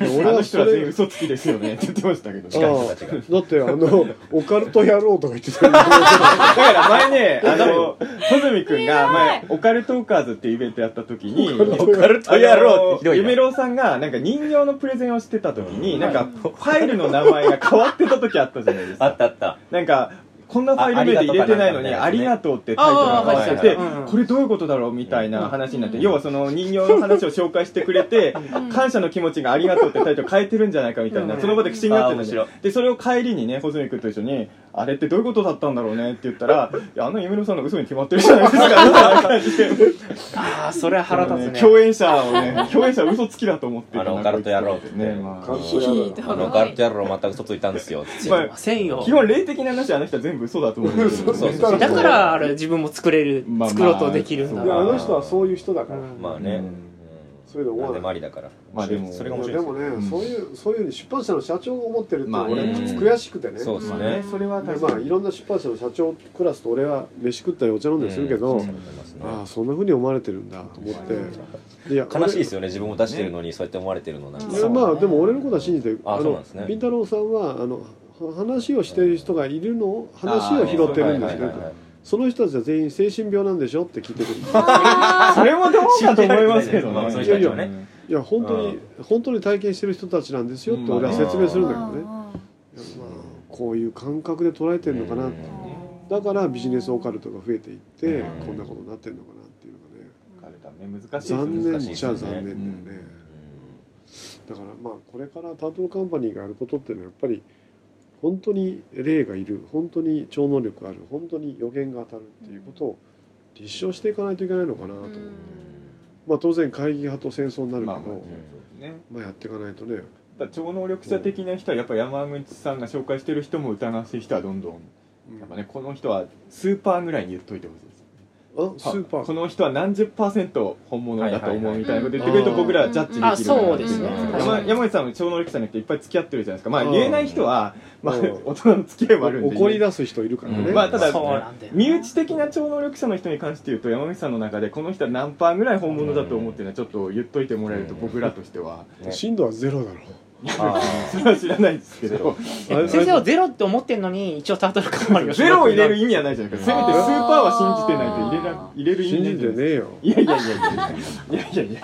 Speaker 3: うん
Speaker 5: 俺
Speaker 3: 俺
Speaker 5: は
Speaker 3: は
Speaker 5: 人
Speaker 3: そ
Speaker 5: は
Speaker 3: れ
Speaker 5: 全員嘘つきですよねって言ってましたけど、
Speaker 1: 近
Speaker 5: ね、
Speaker 1: い人たちが
Speaker 3: だってあのオカルト野郎とか言ってたんだ
Speaker 5: だから前ね あの穂積君が前オカルトーカーズっていうイベントやった時 に
Speaker 1: オカルト野郎ってひどいな
Speaker 5: 夢郎さんがなんか人形のプレゼンをしてた時になんかファイルの名前が変わってた時あったじゃないです
Speaker 1: あ
Speaker 5: か
Speaker 1: ったあった
Speaker 5: なんかこんなファイル名で入れてないのに「
Speaker 1: ああ
Speaker 5: あ
Speaker 1: り
Speaker 5: り
Speaker 1: が
Speaker 5: がとう」ってタイトルが入ってて
Speaker 4: ああああああ
Speaker 5: これどういうことだろうみたいな話になって要はその人形の話を紹介してくれて感謝の気持ちが「ありがとう」ってタイトル変えてるんじゃないかみたいなその場で口になってたんです
Speaker 1: ああ
Speaker 5: よ
Speaker 1: 面
Speaker 5: でそれを帰りにね穂積君と一緒に「あれってどういうことだったんだろうね」って言ったら「いやあの夢のさんの嘘に決まってるじゃないですか」みたいな感じで
Speaker 4: ああそれは腹立つね
Speaker 5: 共演者をね共演者は嘘つきだと思って
Speaker 1: あのオカルト野郎って
Speaker 5: ねまあ
Speaker 3: オカルト野郎
Speaker 1: あのガルチャロ全く嘘ついたんです よ
Speaker 4: 知りませんよ
Speaker 5: 基本霊的な話あの人は全部嘘だと思うんですよ
Speaker 1: そうそう
Speaker 4: だからあれ自分も作れる
Speaker 5: まあまあ
Speaker 4: 作ろうとできるんだ
Speaker 3: いや
Speaker 4: な
Speaker 3: あの人はそういう人だから、
Speaker 4: うん
Speaker 1: まあね、
Speaker 5: うん
Speaker 1: うん
Speaker 3: そういうの思
Speaker 1: 何
Speaker 3: わな
Speaker 1: で
Speaker 3: い
Speaker 1: もありだから
Speaker 5: まあでも
Speaker 1: それが
Speaker 3: い
Speaker 1: 面
Speaker 3: や
Speaker 1: 白いです
Speaker 3: でも
Speaker 1: よ
Speaker 3: ね、
Speaker 5: うん
Speaker 3: そういうそういうふうに出版社の社長が思ってるって、
Speaker 5: まあね
Speaker 3: 俺悔しくてね
Speaker 1: そうです
Speaker 5: まあ
Speaker 1: ね
Speaker 5: ね、それは
Speaker 3: で
Speaker 5: 確
Speaker 3: ま
Speaker 5: か
Speaker 3: あ
Speaker 5: に
Speaker 3: いろんな出版社の社長クラスと俺は飯食ったりお茶飲んだりするけど、
Speaker 1: うんそう思いますね
Speaker 3: ああそんなふうに思われてるんだと思ってでや
Speaker 1: 悲しいです
Speaker 3: よ
Speaker 1: よね自分も出してるのにそうやって思われてるのなんか
Speaker 4: そう
Speaker 3: まあでも俺のことは信じてる
Speaker 1: あそうなん
Speaker 3: の
Speaker 1: ですね
Speaker 3: ビンタロウさんはあのは話をしてる人がいるのを話を拾ってるんです
Speaker 5: あーはい
Speaker 3: ね
Speaker 5: はいはい
Speaker 3: その人たちは全員精神病なんでしょって 聞いてくる
Speaker 5: それもどうかと思いますけどね
Speaker 1: まあそ
Speaker 3: の人たちは
Speaker 1: ね
Speaker 3: いや本当に本当に体験してる人たちなんですよって俺は説明するんだけどね、いやまあこういう感覚で捉えてるのかなってだからビジネスオカルトが増えていって
Speaker 1: うん
Speaker 3: こんなことになってるのかなっていうの
Speaker 5: カ
Speaker 3: がね
Speaker 5: ルタね難しいですね
Speaker 3: 残念っちゃ
Speaker 1: 難しいですね
Speaker 3: 残念だよね、だからまあこれからタートルカンパニーがやることっていうのはやっぱり本当に霊がいる本当に超能力がある本当に予言が当たるっていうことを立証していかないといけないのかなと、まあ当然会議派と戦争になるけ
Speaker 5: ま
Speaker 3: ど、
Speaker 5: あ
Speaker 3: まあ
Speaker 5: まあね
Speaker 3: やっていかないとね
Speaker 5: だから超能力者的な人はやっぱ山口さんが紹介してる人も疑わしい人はどんどんやっぱねこの人はスーパーぐらいに言っといてほしいです
Speaker 3: あスーパ
Speaker 5: こ
Speaker 3: ー
Speaker 5: の人は何十パーセント本物だと思うみたいなこと言ってくれると僕らはジャッジできる
Speaker 4: あそうですね
Speaker 1: うん
Speaker 5: 山山口さんも超能力者の人いっぱい付き合ってるじゃないですかまあ
Speaker 3: うん
Speaker 5: 言えない人は、まあ、
Speaker 3: うん
Speaker 5: 大人の付き合いもあるんで
Speaker 3: 怒り出す人いるからね、
Speaker 1: うん
Speaker 5: まあただ
Speaker 4: そうなんだよ
Speaker 5: 身内的な超能力者の人に関して言うと山口さんの中でこの人は何パーぐらい本物だと思ってるのはちょっと言っといてもらえると僕らとしては
Speaker 1: ね
Speaker 3: 震度はゼロだろ
Speaker 1: あ
Speaker 5: それは 知らないですけど
Speaker 4: え先生はゼロって思ってんのに一応タートルカンパニーを
Speaker 5: ゼロを入れる意味はないじゃないですかせめてスーパーは信じてないと入れら入れる意味
Speaker 3: 信
Speaker 5: ない
Speaker 3: じ
Speaker 5: じゃ
Speaker 3: て
Speaker 5: ない
Speaker 3: ね
Speaker 5: で
Speaker 3: えよ
Speaker 5: すかいやいやいやい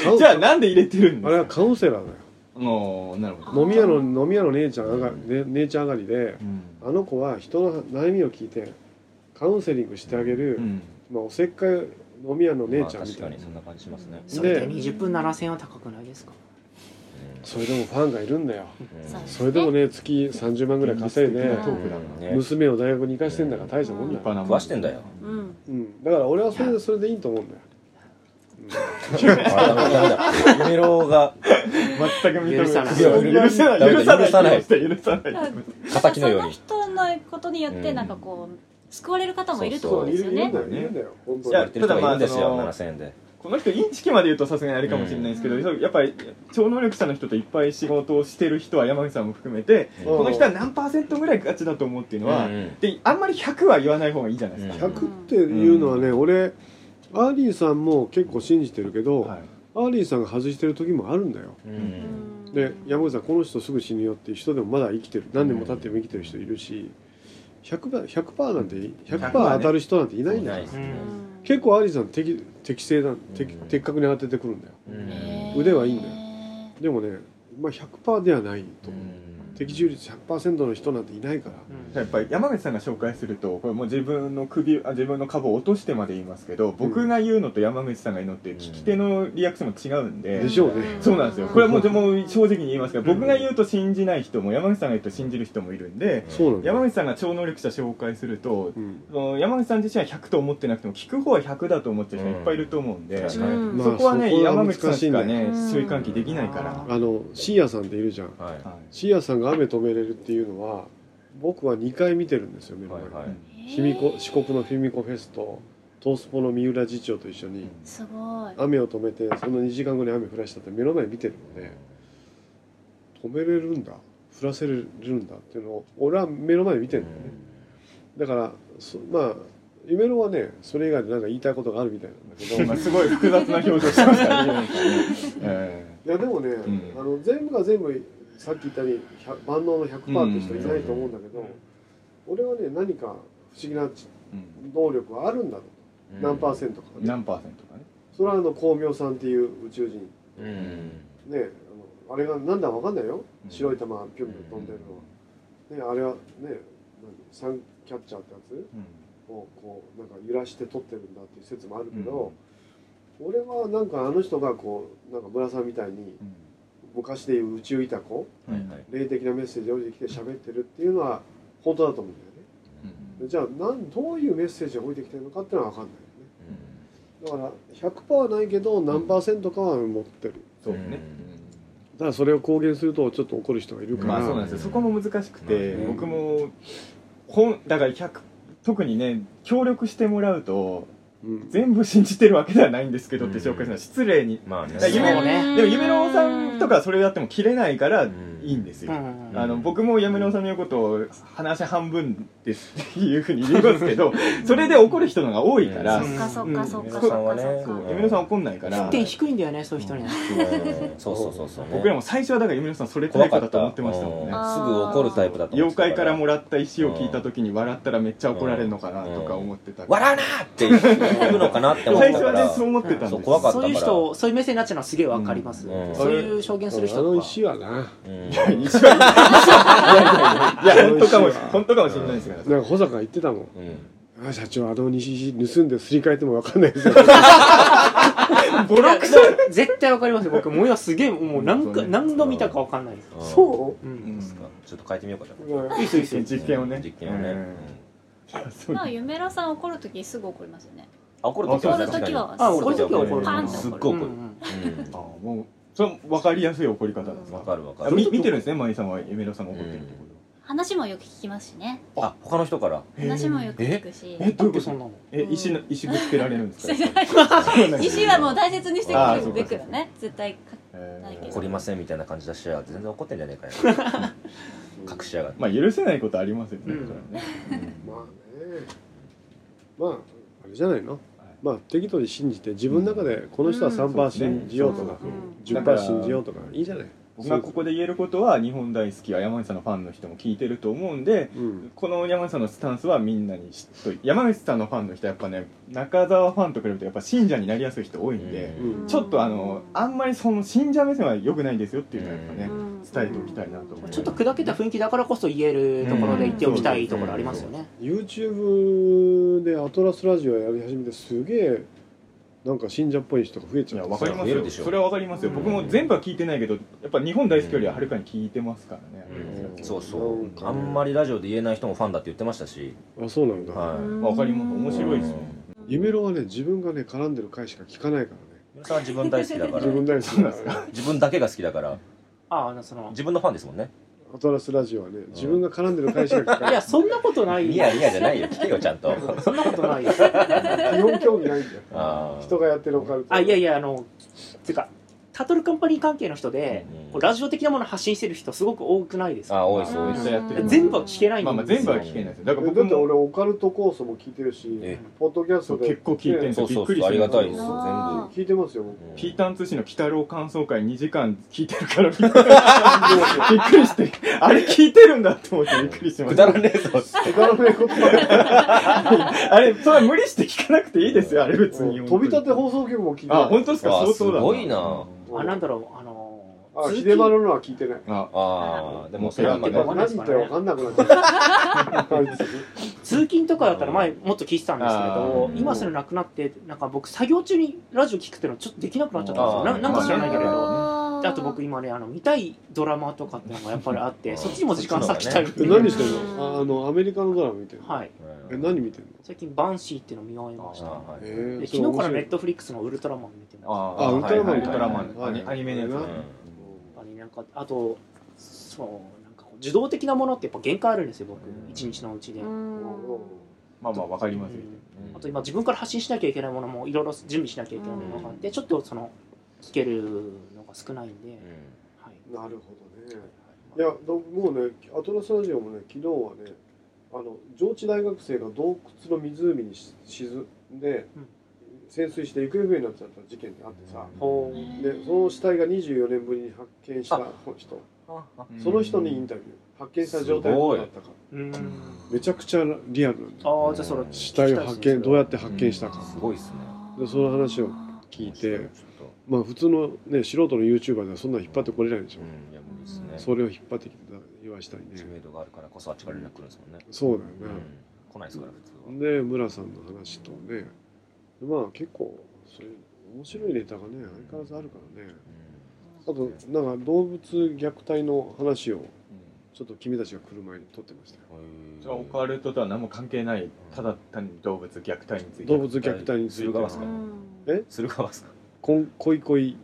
Speaker 5: やいやいやいやいや
Speaker 3: カウ
Speaker 5: じゃあなんで入れてるんで
Speaker 3: あ
Speaker 5: す
Speaker 3: れは
Speaker 5: か
Speaker 3: カウンセラーだよ
Speaker 5: もうなるほど、
Speaker 3: 飲み屋の飲み屋の姉ちゃん上が、ね、姉ちゃん上がりで
Speaker 5: うん
Speaker 3: あの子は人の悩みを聞いてカウンセリングしてあげる、
Speaker 5: うん
Speaker 3: まあ、おせっかい飲み屋の姉
Speaker 1: まあ
Speaker 3: ちゃんみ
Speaker 1: 確
Speaker 3: た
Speaker 1: か
Speaker 3: いな
Speaker 1: にそんな感じしますね
Speaker 4: それで
Speaker 3: ね
Speaker 4: 20分7000円は高くないですか
Speaker 3: それでもファンがいるんだよ
Speaker 2: そう
Speaker 3: それでもね月30万ぐらい稼いで
Speaker 5: 現実的なトークだな
Speaker 1: ね
Speaker 3: 娘を大学に行かしてんだから大したもん
Speaker 5: 立派
Speaker 3: だよ、
Speaker 5: な
Speaker 1: 食わしてんだよ
Speaker 2: うん
Speaker 3: うん、だから俺はそれでそれでいいと思うんだよ
Speaker 1: あダメだダメだ夢郎が
Speaker 5: 全く認め
Speaker 4: 許さない
Speaker 5: 許さない
Speaker 1: 許さない
Speaker 5: 許さない許さない
Speaker 1: 仇のよう
Speaker 10: その
Speaker 1: に
Speaker 10: 人のことによってなんかこう、救われる方もいるってこと
Speaker 1: そう
Speaker 10: ですよ
Speaker 3: いるん
Speaker 10: ね
Speaker 3: だよいるんだよ本当
Speaker 5: い
Speaker 1: や
Speaker 5: や
Speaker 1: ってる人がいるんですよ
Speaker 5: ただまあ
Speaker 1: 7000円で
Speaker 5: この人インチキまで言うとさすがにあれかもしれないですけど、
Speaker 10: うん
Speaker 5: そうやっぱり超能力者の人といっぱい仕事をしてる人は山口さんも含めて、
Speaker 1: うん
Speaker 5: この人は何パーセントぐらいガチだと思うっていうのは、
Speaker 1: うんうん
Speaker 5: であんまり100は言わない方がいいじゃないですか、
Speaker 3: 100っていうのはね、俺アーリーさんも結構信じてるけど、
Speaker 5: はい
Speaker 3: アーリーさんが外してる時もあるんだよ
Speaker 1: う
Speaker 10: うんん
Speaker 3: で山口さんこの人すぐ死ぬよっていう人でもまだ生きてる何年も経っても生きてる人いるし 100%, 100なんて100%当たる人なんていないんだよ、
Speaker 1: です
Speaker 4: う
Speaker 1: ね
Speaker 10: うんん
Speaker 3: 結構アーリーさん適適正だ適
Speaker 1: うん
Speaker 3: 的確に当ててくるんだよ
Speaker 1: うん
Speaker 10: へー
Speaker 3: 腕はいいんだよでもね、まあ、100%ではないと思う、的中率100%の人なんていないから
Speaker 5: やっぱり山口さんが紹介するとこれもう自分の首あ自分の株を落としてまで言いますけど僕が言うのと山口さんが言うのって聞き手のリアクションも違うんで、
Speaker 3: でしょうね
Speaker 5: そうなんですよこれはもうでも
Speaker 10: うん
Speaker 5: 正直に言いますが僕が言うと信じない人も山口さんが言うと信じる人もいるんで
Speaker 3: そうなんだよ
Speaker 5: 山口さんが超能力者紹介すると
Speaker 3: うん
Speaker 5: その山口さん自身は100と思ってなくても聞く方は100だと思ってる人いっぱいいると思うんで、
Speaker 1: 確
Speaker 5: そ
Speaker 1: かに
Speaker 10: うん
Speaker 3: まあ
Speaker 5: こはね
Speaker 3: そこは
Speaker 5: 山
Speaker 3: 難
Speaker 5: 口
Speaker 3: しいんだ
Speaker 5: さんしか
Speaker 3: よ
Speaker 5: ね
Speaker 10: うん
Speaker 5: 注意喚起できないから、
Speaker 3: あのシーヤさんっているじゃん
Speaker 1: はい
Speaker 5: は
Speaker 3: シーヤさんが雨止めれるっていうのは僕は2回見てるんですよ目の
Speaker 1: はい
Speaker 3: 前に、
Speaker 1: はい
Speaker 3: 卑弥呼四国の卑弥呼フェスと東スポの三浦次長と一緒に
Speaker 10: すごい
Speaker 3: 雨を止めてその2時間後に雨降らしたって目の前に見てるので止めれるんだ降らせれるんだっていうのを俺は目の前で見てるんだよねだからそまあ夢のはねそれ以外で何か言いたいことがあるみたいなんだけ
Speaker 5: い
Speaker 3: ど
Speaker 5: まあ、 すごい複雑な表情してますからねえ
Speaker 3: いやでもね、
Speaker 5: ん
Speaker 3: あの全部が全部さっき言ったように100万能の100%って人いないと思うんだけど、俺はね何か不思議な
Speaker 5: えうん
Speaker 3: 能力はあるんだと、何パーセントかね、
Speaker 5: 何パーセントかね
Speaker 3: それはあの光明さんっていう宇宙人
Speaker 1: うんうん
Speaker 3: ねあのあれが何だか分かんないよ、
Speaker 5: うん
Speaker 3: 白い球ピュンピュン飛んでるのは、ねあれはね何サンキャッチャーってやつをこうなんか揺らして撮ってるんだっていう説もあるけど、俺はなんかあの人がこうなんか村さんみたいに
Speaker 5: うん
Speaker 3: 昔でいう宇宙イタコ
Speaker 5: うん
Speaker 1: はいはい
Speaker 3: 霊的なメッセージが降りてきて喋ってるっていうのは本当だと思うんだよね
Speaker 5: うん
Speaker 3: でじゃあなんどういうメッセージが降りてきてるのかっていうのは分かんないよねだから100%はないけど何パーセントかは持ってる
Speaker 5: そうね、
Speaker 1: うん
Speaker 3: だからそれを公言するとちょっと怒る人がいるから、
Speaker 5: まあそうなんですよそこも難しくて、
Speaker 3: うん
Speaker 5: 僕も本だから100特にね協力してもらうと
Speaker 3: うん
Speaker 5: 全部信じてるわけではないんですけどって紹介するのは失礼に、
Speaker 1: まあね
Speaker 5: だから夢
Speaker 4: そうね
Speaker 5: でも夢郎さんとかはそれをやっても切れないからい
Speaker 1: ん
Speaker 5: いんですよ、
Speaker 4: うん
Speaker 5: あの僕も夢郎さんの言うことを話半分ですっていうふうに言います けどそれで怒る人のが多いから、
Speaker 1: う
Speaker 5: そ
Speaker 10: そっかそっかそっかそっ
Speaker 1: うん
Speaker 10: か
Speaker 1: そ
Speaker 10: そうっ
Speaker 5: う
Speaker 10: か
Speaker 5: 夢郎さん怒んないから
Speaker 4: 点低いんだよねそういう人には
Speaker 1: うんそうそうそうそうね
Speaker 5: 僕らも最初はだから夢郎さんそれタイプだと思ってましたもんね
Speaker 10: 怖かっ
Speaker 1: うんすぐ怒るタイプだと思っ
Speaker 5: 妖
Speaker 1: てた
Speaker 5: 怪からもらった石を聞いた時に笑ったらめっちゃ怒られるのかなとか思ってた
Speaker 1: 笑うなって言うのかなって思っ
Speaker 5: 最
Speaker 1: た
Speaker 5: 初
Speaker 1: か
Speaker 5: は
Speaker 1: ら
Speaker 5: ねそう思ってたんです
Speaker 1: そう怖かった
Speaker 4: そういう人そういう目線になっちゃうのはすげえわかります、
Speaker 1: うんうん
Speaker 4: そういう証言する人
Speaker 3: あの
Speaker 4: とか
Speaker 3: 石はな
Speaker 1: うん
Speaker 5: 石 はいやいやいや本当かもし本当かもしれないですから
Speaker 3: なんか保坂が言ってたもん
Speaker 1: うん
Speaker 3: 「あ社長あの西石盗んですり替えても分かんないですよ」
Speaker 4: ボロクソ絶対わかりますよ僕もう今すげえもう何
Speaker 5: う
Speaker 4: か
Speaker 5: ん
Speaker 4: 何度見たかわかんないです、
Speaker 1: うん
Speaker 3: そう
Speaker 1: いい
Speaker 4: ん
Speaker 1: ですかちょっと変えてみようかじゃ
Speaker 3: ううん
Speaker 4: いいっすよいいっすよ
Speaker 5: 実験をね
Speaker 1: 実験をね
Speaker 5: うんそう
Speaker 10: まあ夢らさん怒るときすぐ怒りますよね
Speaker 1: あ怒る時は確かに
Speaker 10: 怒る時は
Speaker 4: あ怒る時は怒る
Speaker 1: パン
Speaker 10: と怒る
Speaker 1: すっごい怒る
Speaker 4: うんうん
Speaker 5: あもうそれ分かりやすい怒り方なんです
Speaker 1: うんわ
Speaker 5: か
Speaker 1: かるわか
Speaker 5: あ
Speaker 1: る
Speaker 5: み見てるんですねマリさんは夢郎さんが怒ってるってこ
Speaker 10: 話もよく聞きますしね
Speaker 1: あ他の人から
Speaker 5: と
Speaker 10: 話もよく聞くし
Speaker 5: えど
Speaker 4: どう
Speaker 5: ういううこと
Speaker 4: いこ
Speaker 5: と
Speaker 4: そんなの
Speaker 5: え石の石ぶつけられる んですか
Speaker 10: 石はもう大切にして
Speaker 5: あー
Speaker 10: く
Speaker 5: そう
Speaker 10: る
Speaker 5: か
Speaker 10: べきだね絶対か
Speaker 5: え
Speaker 10: ないけ
Speaker 5: ー
Speaker 10: ど
Speaker 1: 怒りませんみたいな感じだしやがって全然怒ってんじゃねえかよ隠しやがって
Speaker 5: まあ許せないことありますよね
Speaker 4: うん
Speaker 5: それはね
Speaker 3: まあねまああれじゃないのまあ適度に信じて自分の中でこの人は3%パー信じようとか、10%パー信じようとかいいじゃない、
Speaker 5: 僕がここで言えることは日本大好きは山口さんのファンの人も聞いてると思うんで
Speaker 3: うん、
Speaker 5: この山口さんのスタンスはみんなに知っといて山口さんのファンの人はやっぱね中澤ファンと比べてやっぱ信者になりやすい人多いんで、
Speaker 3: うん
Speaker 5: ちょっとあのあんまりその信者目線は良くないですよっていうのはやっぱね、
Speaker 10: うん
Speaker 5: 伝えておきたいなと思います
Speaker 4: ちょっと砕けた雰囲気だからこそ言えるところで言っておきたいところありますよね、
Speaker 3: YouTube でアトラスラジオやり始めてすげえなんか信者っぽい人が増えちゃう
Speaker 5: わかりま
Speaker 1: 増
Speaker 5: す
Speaker 1: える
Speaker 5: よ
Speaker 1: でしょ
Speaker 5: それはわかりますよ僕も全部は聞いてないけどやっぱ日本大好きよりははるかに聞いてますからね、
Speaker 1: うんそうそうあんまりラジオで言えない人もファンだって言ってましたし
Speaker 3: あそうなんだ、
Speaker 1: は
Speaker 5: まあわかります面白いですね
Speaker 3: 夢郎はね自分がね絡んでる回しか聞かないからね
Speaker 1: い皆さんは自分大好きだから
Speaker 3: 自分大好きなんですか
Speaker 1: 自分だけが好きだから
Speaker 4: ああのその
Speaker 1: 自分のファンですもんね
Speaker 3: アトラスラジオはね自分が絡んでる回しか聞か
Speaker 4: い
Speaker 3: な
Speaker 4: や
Speaker 3: い
Speaker 4: そんなことないよ
Speaker 1: いやいやじゃないよ聞けよちゃん と
Speaker 4: そんなことないよ
Speaker 3: 基本興味ないんだよ
Speaker 1: あー
Speaker 3: 人がやってるオカルト
Speaker 4: あいやいやあのてかタトルカンパニー関係の人で、
Speaker 1: うん
Speaker 4: こうラジオ的なもの発信してる人すごく多くないですか
Speaker 1: あー多いです多いです
Speaker 5: めっちゃやってる
Speaker 4: 全部は聞けないん
Speaker 5: まあまあ
Speaker 4: です
Speaker 5: 全部は聞けないですよだから
Speaker 3: だ
Speaker 5: 僕
Speaker 3: って
Speaker 5: も
Speaker 3: 俺オカルトコースも聞いてるし
Speaker 1: え
Speaker 3: ポッドキャストで
Speaker 5: 結構聞いてるんです
Speaker 1: そ
Speaker 5: よ
Speaker 1: うそう
Speaker 5: びっくり
Speaker 1: そうあ
Speaker 5: し
Speaker 1: り
Speaker 5: てる
Speaker 1: がたいですよ全
Speaker 3: 聞いてますよ僕
Speaker 1: 部
Speaker 5: ピーターン通信の鬼太郎感想会2時間聞いてるからびっくりしびっくりして あれ聞いてるんだと思ってびっくりしま
Speaker 1: く
Speaker 5: し
Speaker 1: だ
Speaker 5: た
Speaker 1: らねえぞ
Speaker 3: くだらないこと
Speaker 5: あれそれは無理して聞かなくていいですよあれ別に
Speaker 3: 飛び立て放送局も聞いて
Speaker 5: あ
Speaker 3: ない
Speaker 5: 本当ですか
Speaker 1: わあ
Speaker 5: 相当だ
Speaker 1: すごいな
Speaker 4: あなんだろうあの
Speaker 3: あ
Speaker 4: 通
Speaker 3: 秀
Speaker 4: 勤
Speaker 3: 丸のは聞いてない
Speaker 5: あ
Speaker 1: ああでもそれは
Speaker 5: な
Speaker 1: ま
Speaker 5: んか
Speaker 3: 何
Speaker 1: だ
Speaker 4: ね
Speaker 3: 言ったら分かんなくなっ ちゃうあいつ
Speaker 4: 通勤とかだったら前もっと聞いてたんですけ
Speaker 5: あ
Speaker 4: ど
Speaker 1: ー
Speaker 4: 今それなくなってなんか僕作業中にラジオ聞くっていうのちょっとできなくなっちゃったんですよ
Speaker 1: あー
Speaker 4: ななんか知らないけれ
Speaker 5: まあ
Speaker 4: ど
Speaker 2: あ
Speaker 4: であと僕今ねあの見たいドラマとかっていうのがやっぱりあってそっちにも時間割きたい
Speaker 1: そっ
Speaker 3: え
Speaker 1: ち
Speaker 3: 何してんのああのアメリカのドラマ見てるの、
Speaker 4: はい
Speaker 3: え何見てんの
Speaker 4: 最近「バンシー」っていうの見終えました
Speaker 1: あーはい
Speaker 3: え
Speaker 4: で
Speaker 3: ー、それ
Speaker 4: 昨日か
Speaker 3: 面
Speaker 4: らネ
Speaker 3: 白い
Speaker 4: ットフリックスの「ウルトラマン」見てます
Speaker 5: あ
Speaker 3: あウルトラマン
Speaker 5: はいはいウルトラマン
Speaker 3: はい
Speaker 5: アニアニメのやつね
Speaker 3: う
Speaker 1: うん
Speaker 4: やっぱりなんかあとそうなんかこう受動的なものってやっぱ限界あるんですよ僕
Speaker 1: うん
Speaker 4: 一日のうちで、
Speaker 5: まあまあわかりますよ
Speaker 1: ん
Speaker 4: あと今自分から発信しなきゃいけないものもいろいろ準備しなきゃいけないものがあって、ちょっとその聞けるのが少ないんで、はい、
Speaker 3: なるほどねいやどもうねアトラスラジオもね昨日はねあの上智大学生が洞窟の湖にし沈んで、
Speaker 4: うん
Speaker 3: 潜水して行方不明になっちゃった事件があってさ、
Speaker 4: ほ
Speaker 3: でその死体が24年ぶりに発見した人
Speaker 5: うん
Speaker 3: その人にインタビュー発見した状態どうだったか
Speaker 4: ううん
Speaker 3: めちゃくちゃリアルなんだよ
Speaker 4: ああじゃあそれ
Speaker 3: 死体を発見どうやって発見したか
Speaker 1: うん、すごいですね
Speaker 3: でその話を聞いて
Speaker 1: ちょっと
Speaker 3: まあ普通のね素人の YouTuber ではそんなの引っ張ってこれないでしょ、
Speaker 1: うんいや無理ですね
Speaker 3: それを引っ張ってきて言わしたい
Speaker 1: 知
Speaker 3: ね
Speaker 1: 名度があるからこそあっちから連絡来るんですもんね、
Speaker 3: そうだ
Speaker 1: う
Speaker 3: よね、
Speaker 1: ん、来ないですから普通は
Speaker 3: で村さんの話とねまあ結構そういう面白いネタがね相変わらずあるからねあとなんか動物虐待の話をちょっと君たちが来る前に撮ってましたよ
Speaker 1: うん
Speaker 5: じゃあオカルトとは何も関係ないただ単に動物虐待について
Speaker 3: 動物虐待につい
Speaker 1: 駿
Speaker 3: て
Speaker 1: 河湾ですか
Speaker 3: え
Speaker 1: 駿河湾ですか
Speaker 3: こん恋恋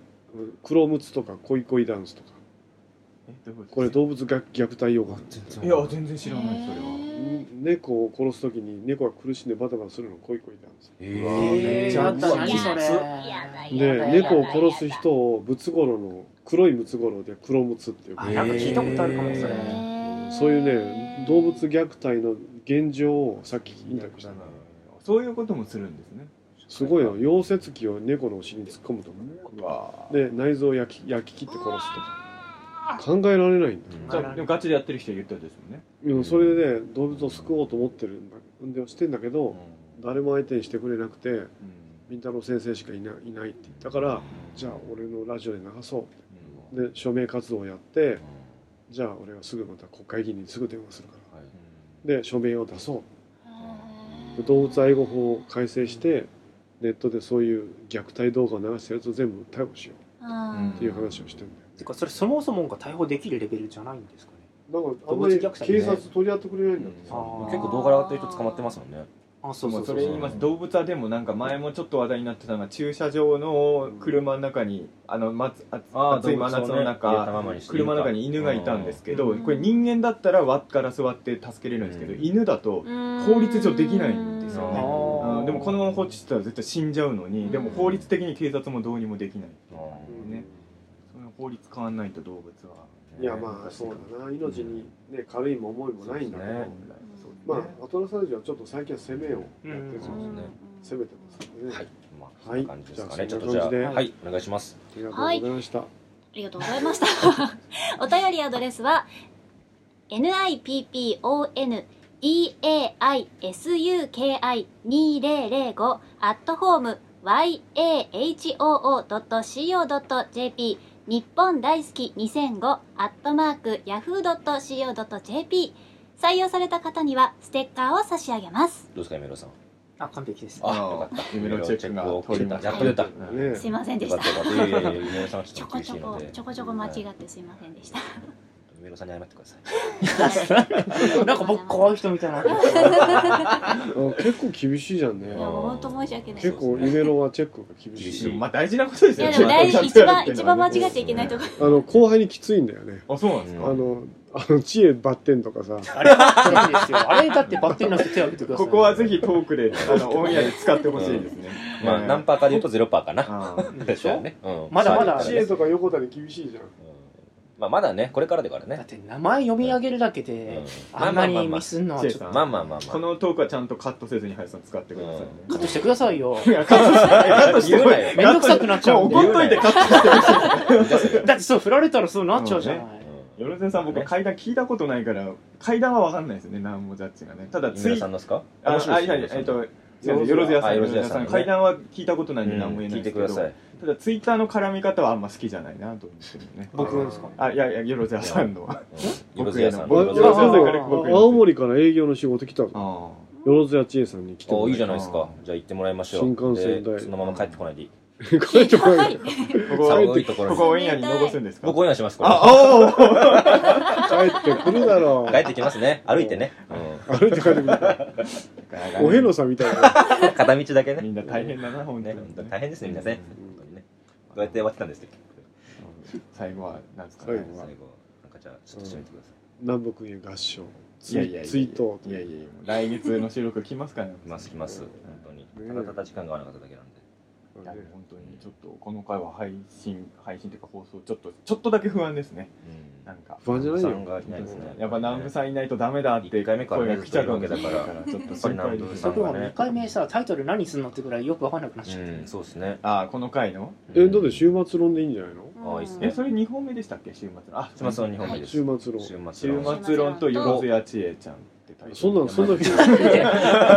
Speaker 3: 黒ムツとか恋恋ダンスとか
Speaker 5: えどういう
Speaker 3: これ
Speaker 5: と
Speaker 3: 動物が虐待用語
Speaker 5: ですかいや全然知らないそれは
Speaker 3: 猫を殺す時に猫が苦しんでバタバタするの恋恋ダンス
Speaker 1: え
Speaker 5: うわ
Speaker 1: ー
Speaker 4: えー、ちょっと何それ
Speaker 3: で猫を殺す人をムツゴロウの黒いムツゴロウで黒ムツっていう
Speaker 4: あなんか聞いたことあるかもそれ、
Speaker 3: そういうね動物虐待の現状をさっきインタビューした
Speaker 5: そういうこともするんですね
Speaker 3: すごいよ溶接機を猫のお尻に突っ込むとか
Speaker 5: うわ
Speaker 3: で内臓を焼き焼き切って殺すとか考えられないんだよ
Speaker 5: じゃあでもガチでやってる人いるってことですもんね
Speaker 3: でもそれでね動物を救おうと思ってるんだ運動してんだけど誰も相手にしてくれなくてビンタロウ先生しかいないいないって言ったからじゃあ俺のラジオで流そうで署名活動をやってじゃあ俺はすぐまた国会議員にすぐ電話するからで署名を出そう動物愛護法を改正してネットでそういう虐待動画を流してるやつを全部逮捕しようっていう話をしてるんだよ
Speaker 4: てかそれそもそもが逮捕できるレベルじゃないんですかね
Speaker 3: だからあんまり警察取り合ってくれないんだってさ、
Speaker 4: あー
Speaker 1: 結構動画上がってる人捕まってますもんね
Speaker 4: あ
Speaker 5: そ
Speaker 4: そ
Speaker 5: うう
Speaker 4: そ
Speaker 5: そううそう
Speaker 4: そ
Speaker 5: れ言います動物はでもなんか前もちょっと話題になってたのが駐車場の車の中にあのまつあ暑い真夏の中車の中に犬がいたんですけど
Speaker 10: うん
Speaker 5: これ人間だったら輪っから座って助けれるんですけど
Speaker 1: うん
Speaker 5: 犬だと法律上できないんですよ
Speaker 1: あ
Speaker 5: ね
Speaker 1: ー
Speaker 5: うんでもこのまま放置してたら絶対死んじゃうの
Speaker 10: うん
Speaker 5: にでも法律的に警察もどうにもできない
Speaker 3: うん
Speaker 5: ねその法律変わんないと動物はい
Speaker 3: やまあそうだな命に、ね、軽いも重いもないんだけど、
Speaker 1: そうですね
Speaker 5: そうね
Speaker 3: まあアトラスラジオはちょっと最近は攻めをやってるんですよ
Speaker 1: うん
Speaker 3: 攻めてますんでね、
Speaker 1: はいまあそ
Speaker 3: はい
Speaker 1: んな感じですかねちょっとじ
Speaker 3: じゃ
Speaker 1: ゃ
Speaker 3: あ
Speaker 1: あ
Speaker 3: そんな
Speaker 1: は
Speaker 3: 感じで
Speaker 1: いお願いします
Speaker 3: ありがとうございました、
Speaker 2: ありがとうございました。 お便りアドレスは、nipponeaisuki2005 アットホーム yahoo.co.jp 日本大好き2005アットマーク yahoo.co.jp 採用された方にはステッカーを差し上げます。
Speaker 1: どうですかメロさん
Speaker 4: あ完璧です
Speaker 1: あよかった
Speaker 5: 夢のチェックが
Speaker 1: を取れた
Speaker 5: 通りました
Speaker 1: やっと出た
Speaker 3: ね
Speaker 10: すいませんでした
Speaker 1: よかったよかったいやいやいや夢のさん
Speaker 10: ち
Speaker 1: ちょ
Speaker 10: ょ
Speaker 1: っと
Speaker 10: こ
Speaker 1: 厳
Speaker 10: ち
Speaker 1: し
Speaker 10: ょ
Speaker 1: いの
Speaker 10: こ
Speaker 1: で
Speaker 10: ちょこちょこ間違ってすいませんで した。
Speaker 1: 夢のさんに謝ってください
Speaker 4: なんか僕怖い人みた いな
Speaker 3: あ結構厳しいじゃんね
Speaker 10: いやもう本当申し訳ない。
Speaker 3: 結構夢のはチェックが厳しい
Speaker 1: 厳し
Speaker 5: まあ大事なことです
Speaker 10: い
Speaker 5: よ
Speaker 10: やで
Speaker 5: ね
Speaker 10: も大事一番一番間
Speaker 5: あ
Speaker 10: 違っちゃいけないとこ
Speaker 3: あの後輩にきついんだよね
Speaker 5: そうなんです
Speaker 3: あ
Speaker 5: か
Speaker 3: のあの知恵バッテンとかさ
Speaker 4: あれバッテンですよあれだってバッテンの人手を挙げてください
Speaker 5: ここはぜひトークであ のオンエアで使ってほしいですね
Speaker 1: まあ何パーかで言うとゼロパーかな
Speaker 5: あ
Speaker 4: でしょ
Speaker 1: ねうん
Speaker 4: まだまだ
Speaker 1: そう
Speaker 3: 知
Speaker 1: ね
Speaker 3: 恵とか横田に厳しいじゃん
Speaker 1: まあまだねこれからだから
Speaker 4: だ
Speaker 1: ね
Speaker 4: って名前読み上げるだけで
Speaker 1: うん
Speaker 4: あんなにミスんのはちょっと
Speaker 1: まあまあまあ
Speaker 5: こ
Speaker 1: まあ
Speaker 5: のトークはちゃんとカットせずに林さん使ってくださいね
Speaker 4: カットしてくださいよ
Speaker 5: いやカットしてカットしてこい
Speaker 1: 言う
Speaker 4: めんどくさくなっちゃうんで
Speaker 5: も怒っといてカットしてほしい
Speaker 4: だってそう振られたらそうなっちゃうじゃない、
Speaker 5: よろずさん僕階段聞いたことないから階段は分かんないですよね何もジャッジがねただ
Speaker 1: 夢
Speaker 5: ツイ
Speaker 1: の
Speaker 5: ッ
Speaker 1: さんのですか
Speaker 5: あ
Speaker 1: 面
Speaker 5: のあ
Speaker 1: 白い
Speaker 5: い
Speaker 1: で
Speaker 5: や
Speaker 1: す
Speaker 5: い
Speaker 1: ね
Speaker 5: やえっとよろずやさ
Speaker 1: あ
Speaker 5: ん
Speaker 1: よ
Speaker 5: よ
Speaker 1: ろず
Speaker 5: ろず
Speaker 1: や
Speaker 5: や
Speaker 1: さんね
Speaker 5: さん階段は聞いたことな
Speaker 1: う
Speaker 5: いんで何も
Speaker 1: ん
Speaker 5: 言えな
Speaker 1: 聞
Speaker 5: い
Speaker 1: い
Speaker 5: で
Speaker 1: て
Speaker 5: すけ
Speaker 1: く
Speaker 5: ど
Speaker 1: ださい
Speaker 5: ただツイッターの絡み方はあんま好きじゃないなと思ってるんでね
Speaker 4: 僕ですか
Speaker 5: あいやいやよろずやさんのは
Speaker 1: よろずやさん
Speaker 5: 僕への
Speaker 1: よろずやさん
Speaker 5: 僕への
Speaker 3: あ青森から営業の仕事来たのよ
Speaker 5: あ
Speaker 3: ろずや知恵さんに来ても
Speaker 1: おい
Speaker 3: ら
Speaker 1: い
Speaker 3: っ
Speaker 1: じゃないですかじゃあ行ってもらいましょう
Speaker 3: 新幹線代
Speaker 1: でそのまま帰ってこないでいい
Speaker 3: て帰ってこない帰
Speaker 5: あここ
Speaker 1: 寒いところ
Speaker 5: こ
Speaker 1: に
Speaker 5: こオンエアに残すんですか
Speaker 1: 僕お願いしますこれ
Speaker 5: あおー
Speaker 3: ってくるだろ
Speaker 1: 帰ってきますね歩いてねう
Speaker 3: 歩いて帰ってくるおへのさんみたいな
Speaker 1: ん片道だけ
Speaker 5: み
Speaker 1: ね
Speaker 5: んな大変だな本当
Speaker 1: ね
Speaker 5: に
Speaker 1: 本当に大変ですね皆さんね本当にねどうやって終わってたんですっけ
Speaker 5: 最後はなんですか
Speaker 3: 最
Speaker 5: ね
Speaker 3: 後は
Speaker 1: 最後なんかじゃあちょっと締めてくださ
Speaker 3: 南北へ合唱
Speaker 5: い
Speaker 3: ツ
Speaker 5: や
Speaker 3: イ
Speaker 5: いやいや
Speaker 3: ツイート
Speaker 5: いやいやいやもう来月の収録来ますからね
Speaker 1: います来ます本当にただただ時間が合わなかっただけなんで
Speaker 5: いや本当にちょっとこの回は配信配信というか放送ちょっとちょっとだけ不安ですね
Speaker 1: うん
Speaker 5: なんか
Speaker 3: 不安じゃない
Speaker 1: さ
Speaker 3: よ
Speaker 1: んがいないですね
Speaker 5: やっぱ南部さんいないとダメだって
Speaker 1: 一回目からね
Speaker 5: 声が来ちゃうわけだか
Speaker 1: ずっといる
Speaker 5: ら
Speaker 1: や
Speaker 5: ちょっと
Speaker 1: っぱり
Speaker 5: 心配
Speaker 1: 南
Speaker 5: で
Speaker 1: 部
Speaker 5: す
Speaker 1: さ
Speaker 4: そ
Speaker 1: ん
Speaker 4: こ
Speaker 1: が
Speaker 4: は
Speaker 1: ね
Speaker 4: 2回目さタイトル何すんのってぐらいよく分かんなくなっちゃっ
Speaker 1: うん
Speaker 4: て
Speaker 1: そうですね
Speaker 5: ああこの回の
Speaker 3: えだって週末論でいいんじゃないの
Speaker 1: あいいっす
Speaker 5: え
Speaker 1: ね
Speaker 5: それ2本目でしたっけ週末のあ
Speaker 1: 週末の日本目です
Speaker 3: 週末論
Speaker 1: 週末
Speaker 5: 週
Speaker 1: の
Speaker 5: 末論とよろずやちえちゃんってタイトル
Speaker 3: そんなんそんな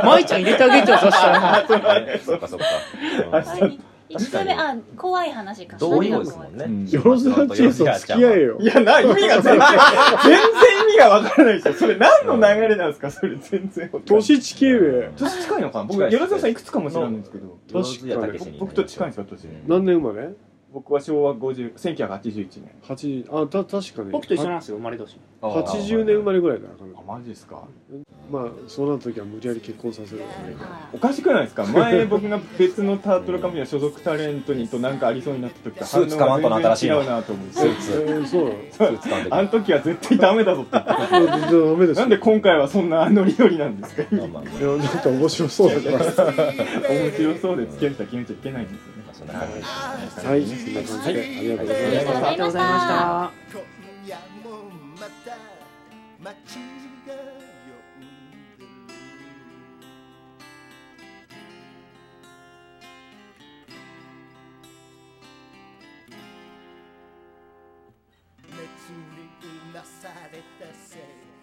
Speaker 4: 舞ちゃん入れてあげてよそしたら
Speaker 1: ねそっかそっか
Speaker 10: ろ。一つ目あ怖い話か。
Speaker 1: うん同意語ですもんね
Speaker 5: うん
Speaker 3: よろずや知恵さん付き合えよ
Speaker 5: いやな意味が全然全然意味がわからないですよそれ何の流れなんですかそれ全然わかんない
Speaker 3: 年地形上
Speaker 5: 年近いのかな僕
Speaker 1: 近いです
Speaker 5: よろずやさんいくつかも知らないんですけど
Speaker 1: よろずやたけしに
Speaker 5: 僕と近いんですよ年
Speaker 3: 何年生まれ
Speaker 5: 僕は昭和50 1981年
Speaker 3: 八あた確かね
Speaker 4: 僕と一緒なんですよ生まれ年
Speaker 1: あー
Speaker 3: 80年生まれぐらいだから
Speaker 5: あマジですか
Speaker 3: まあそうなった時は無理やり結婚させるからね
Speaker 5: おかしくないですか前僕が別のタートルカムニの所属タレントにとなんかありそうになった時と
Speaker 1: スーツ買わんとな新しいの
Speaker 5: 違うなと思
Speaker 1: ス
Speaker 5: う
Speaker 1: ー
Speaker 3: え
Speaker 1: ツ
Speaker 3: ー、そう
Speaker 1: スーツ買うんだ
Speaker 5: あの時は絶対ダメだぞって言ってた
Speaker 3: なのだダメです
Speaker 5: なんで今回はそんなノリノリなんですか
Speaker 1: けどまあまあ
Speaker 3: いやなんか面白そうだから
Speaker 5: 面白そうで付き合う人は決めちゃいけないんですよね
Speaker 1: まあそんな感じです
Speaker 3: はいそんな感じでありがとうございました
Speaker 4: ありがとうございました
Speaker 11: 今夜もまた街が呼んでる熱にうなされた世界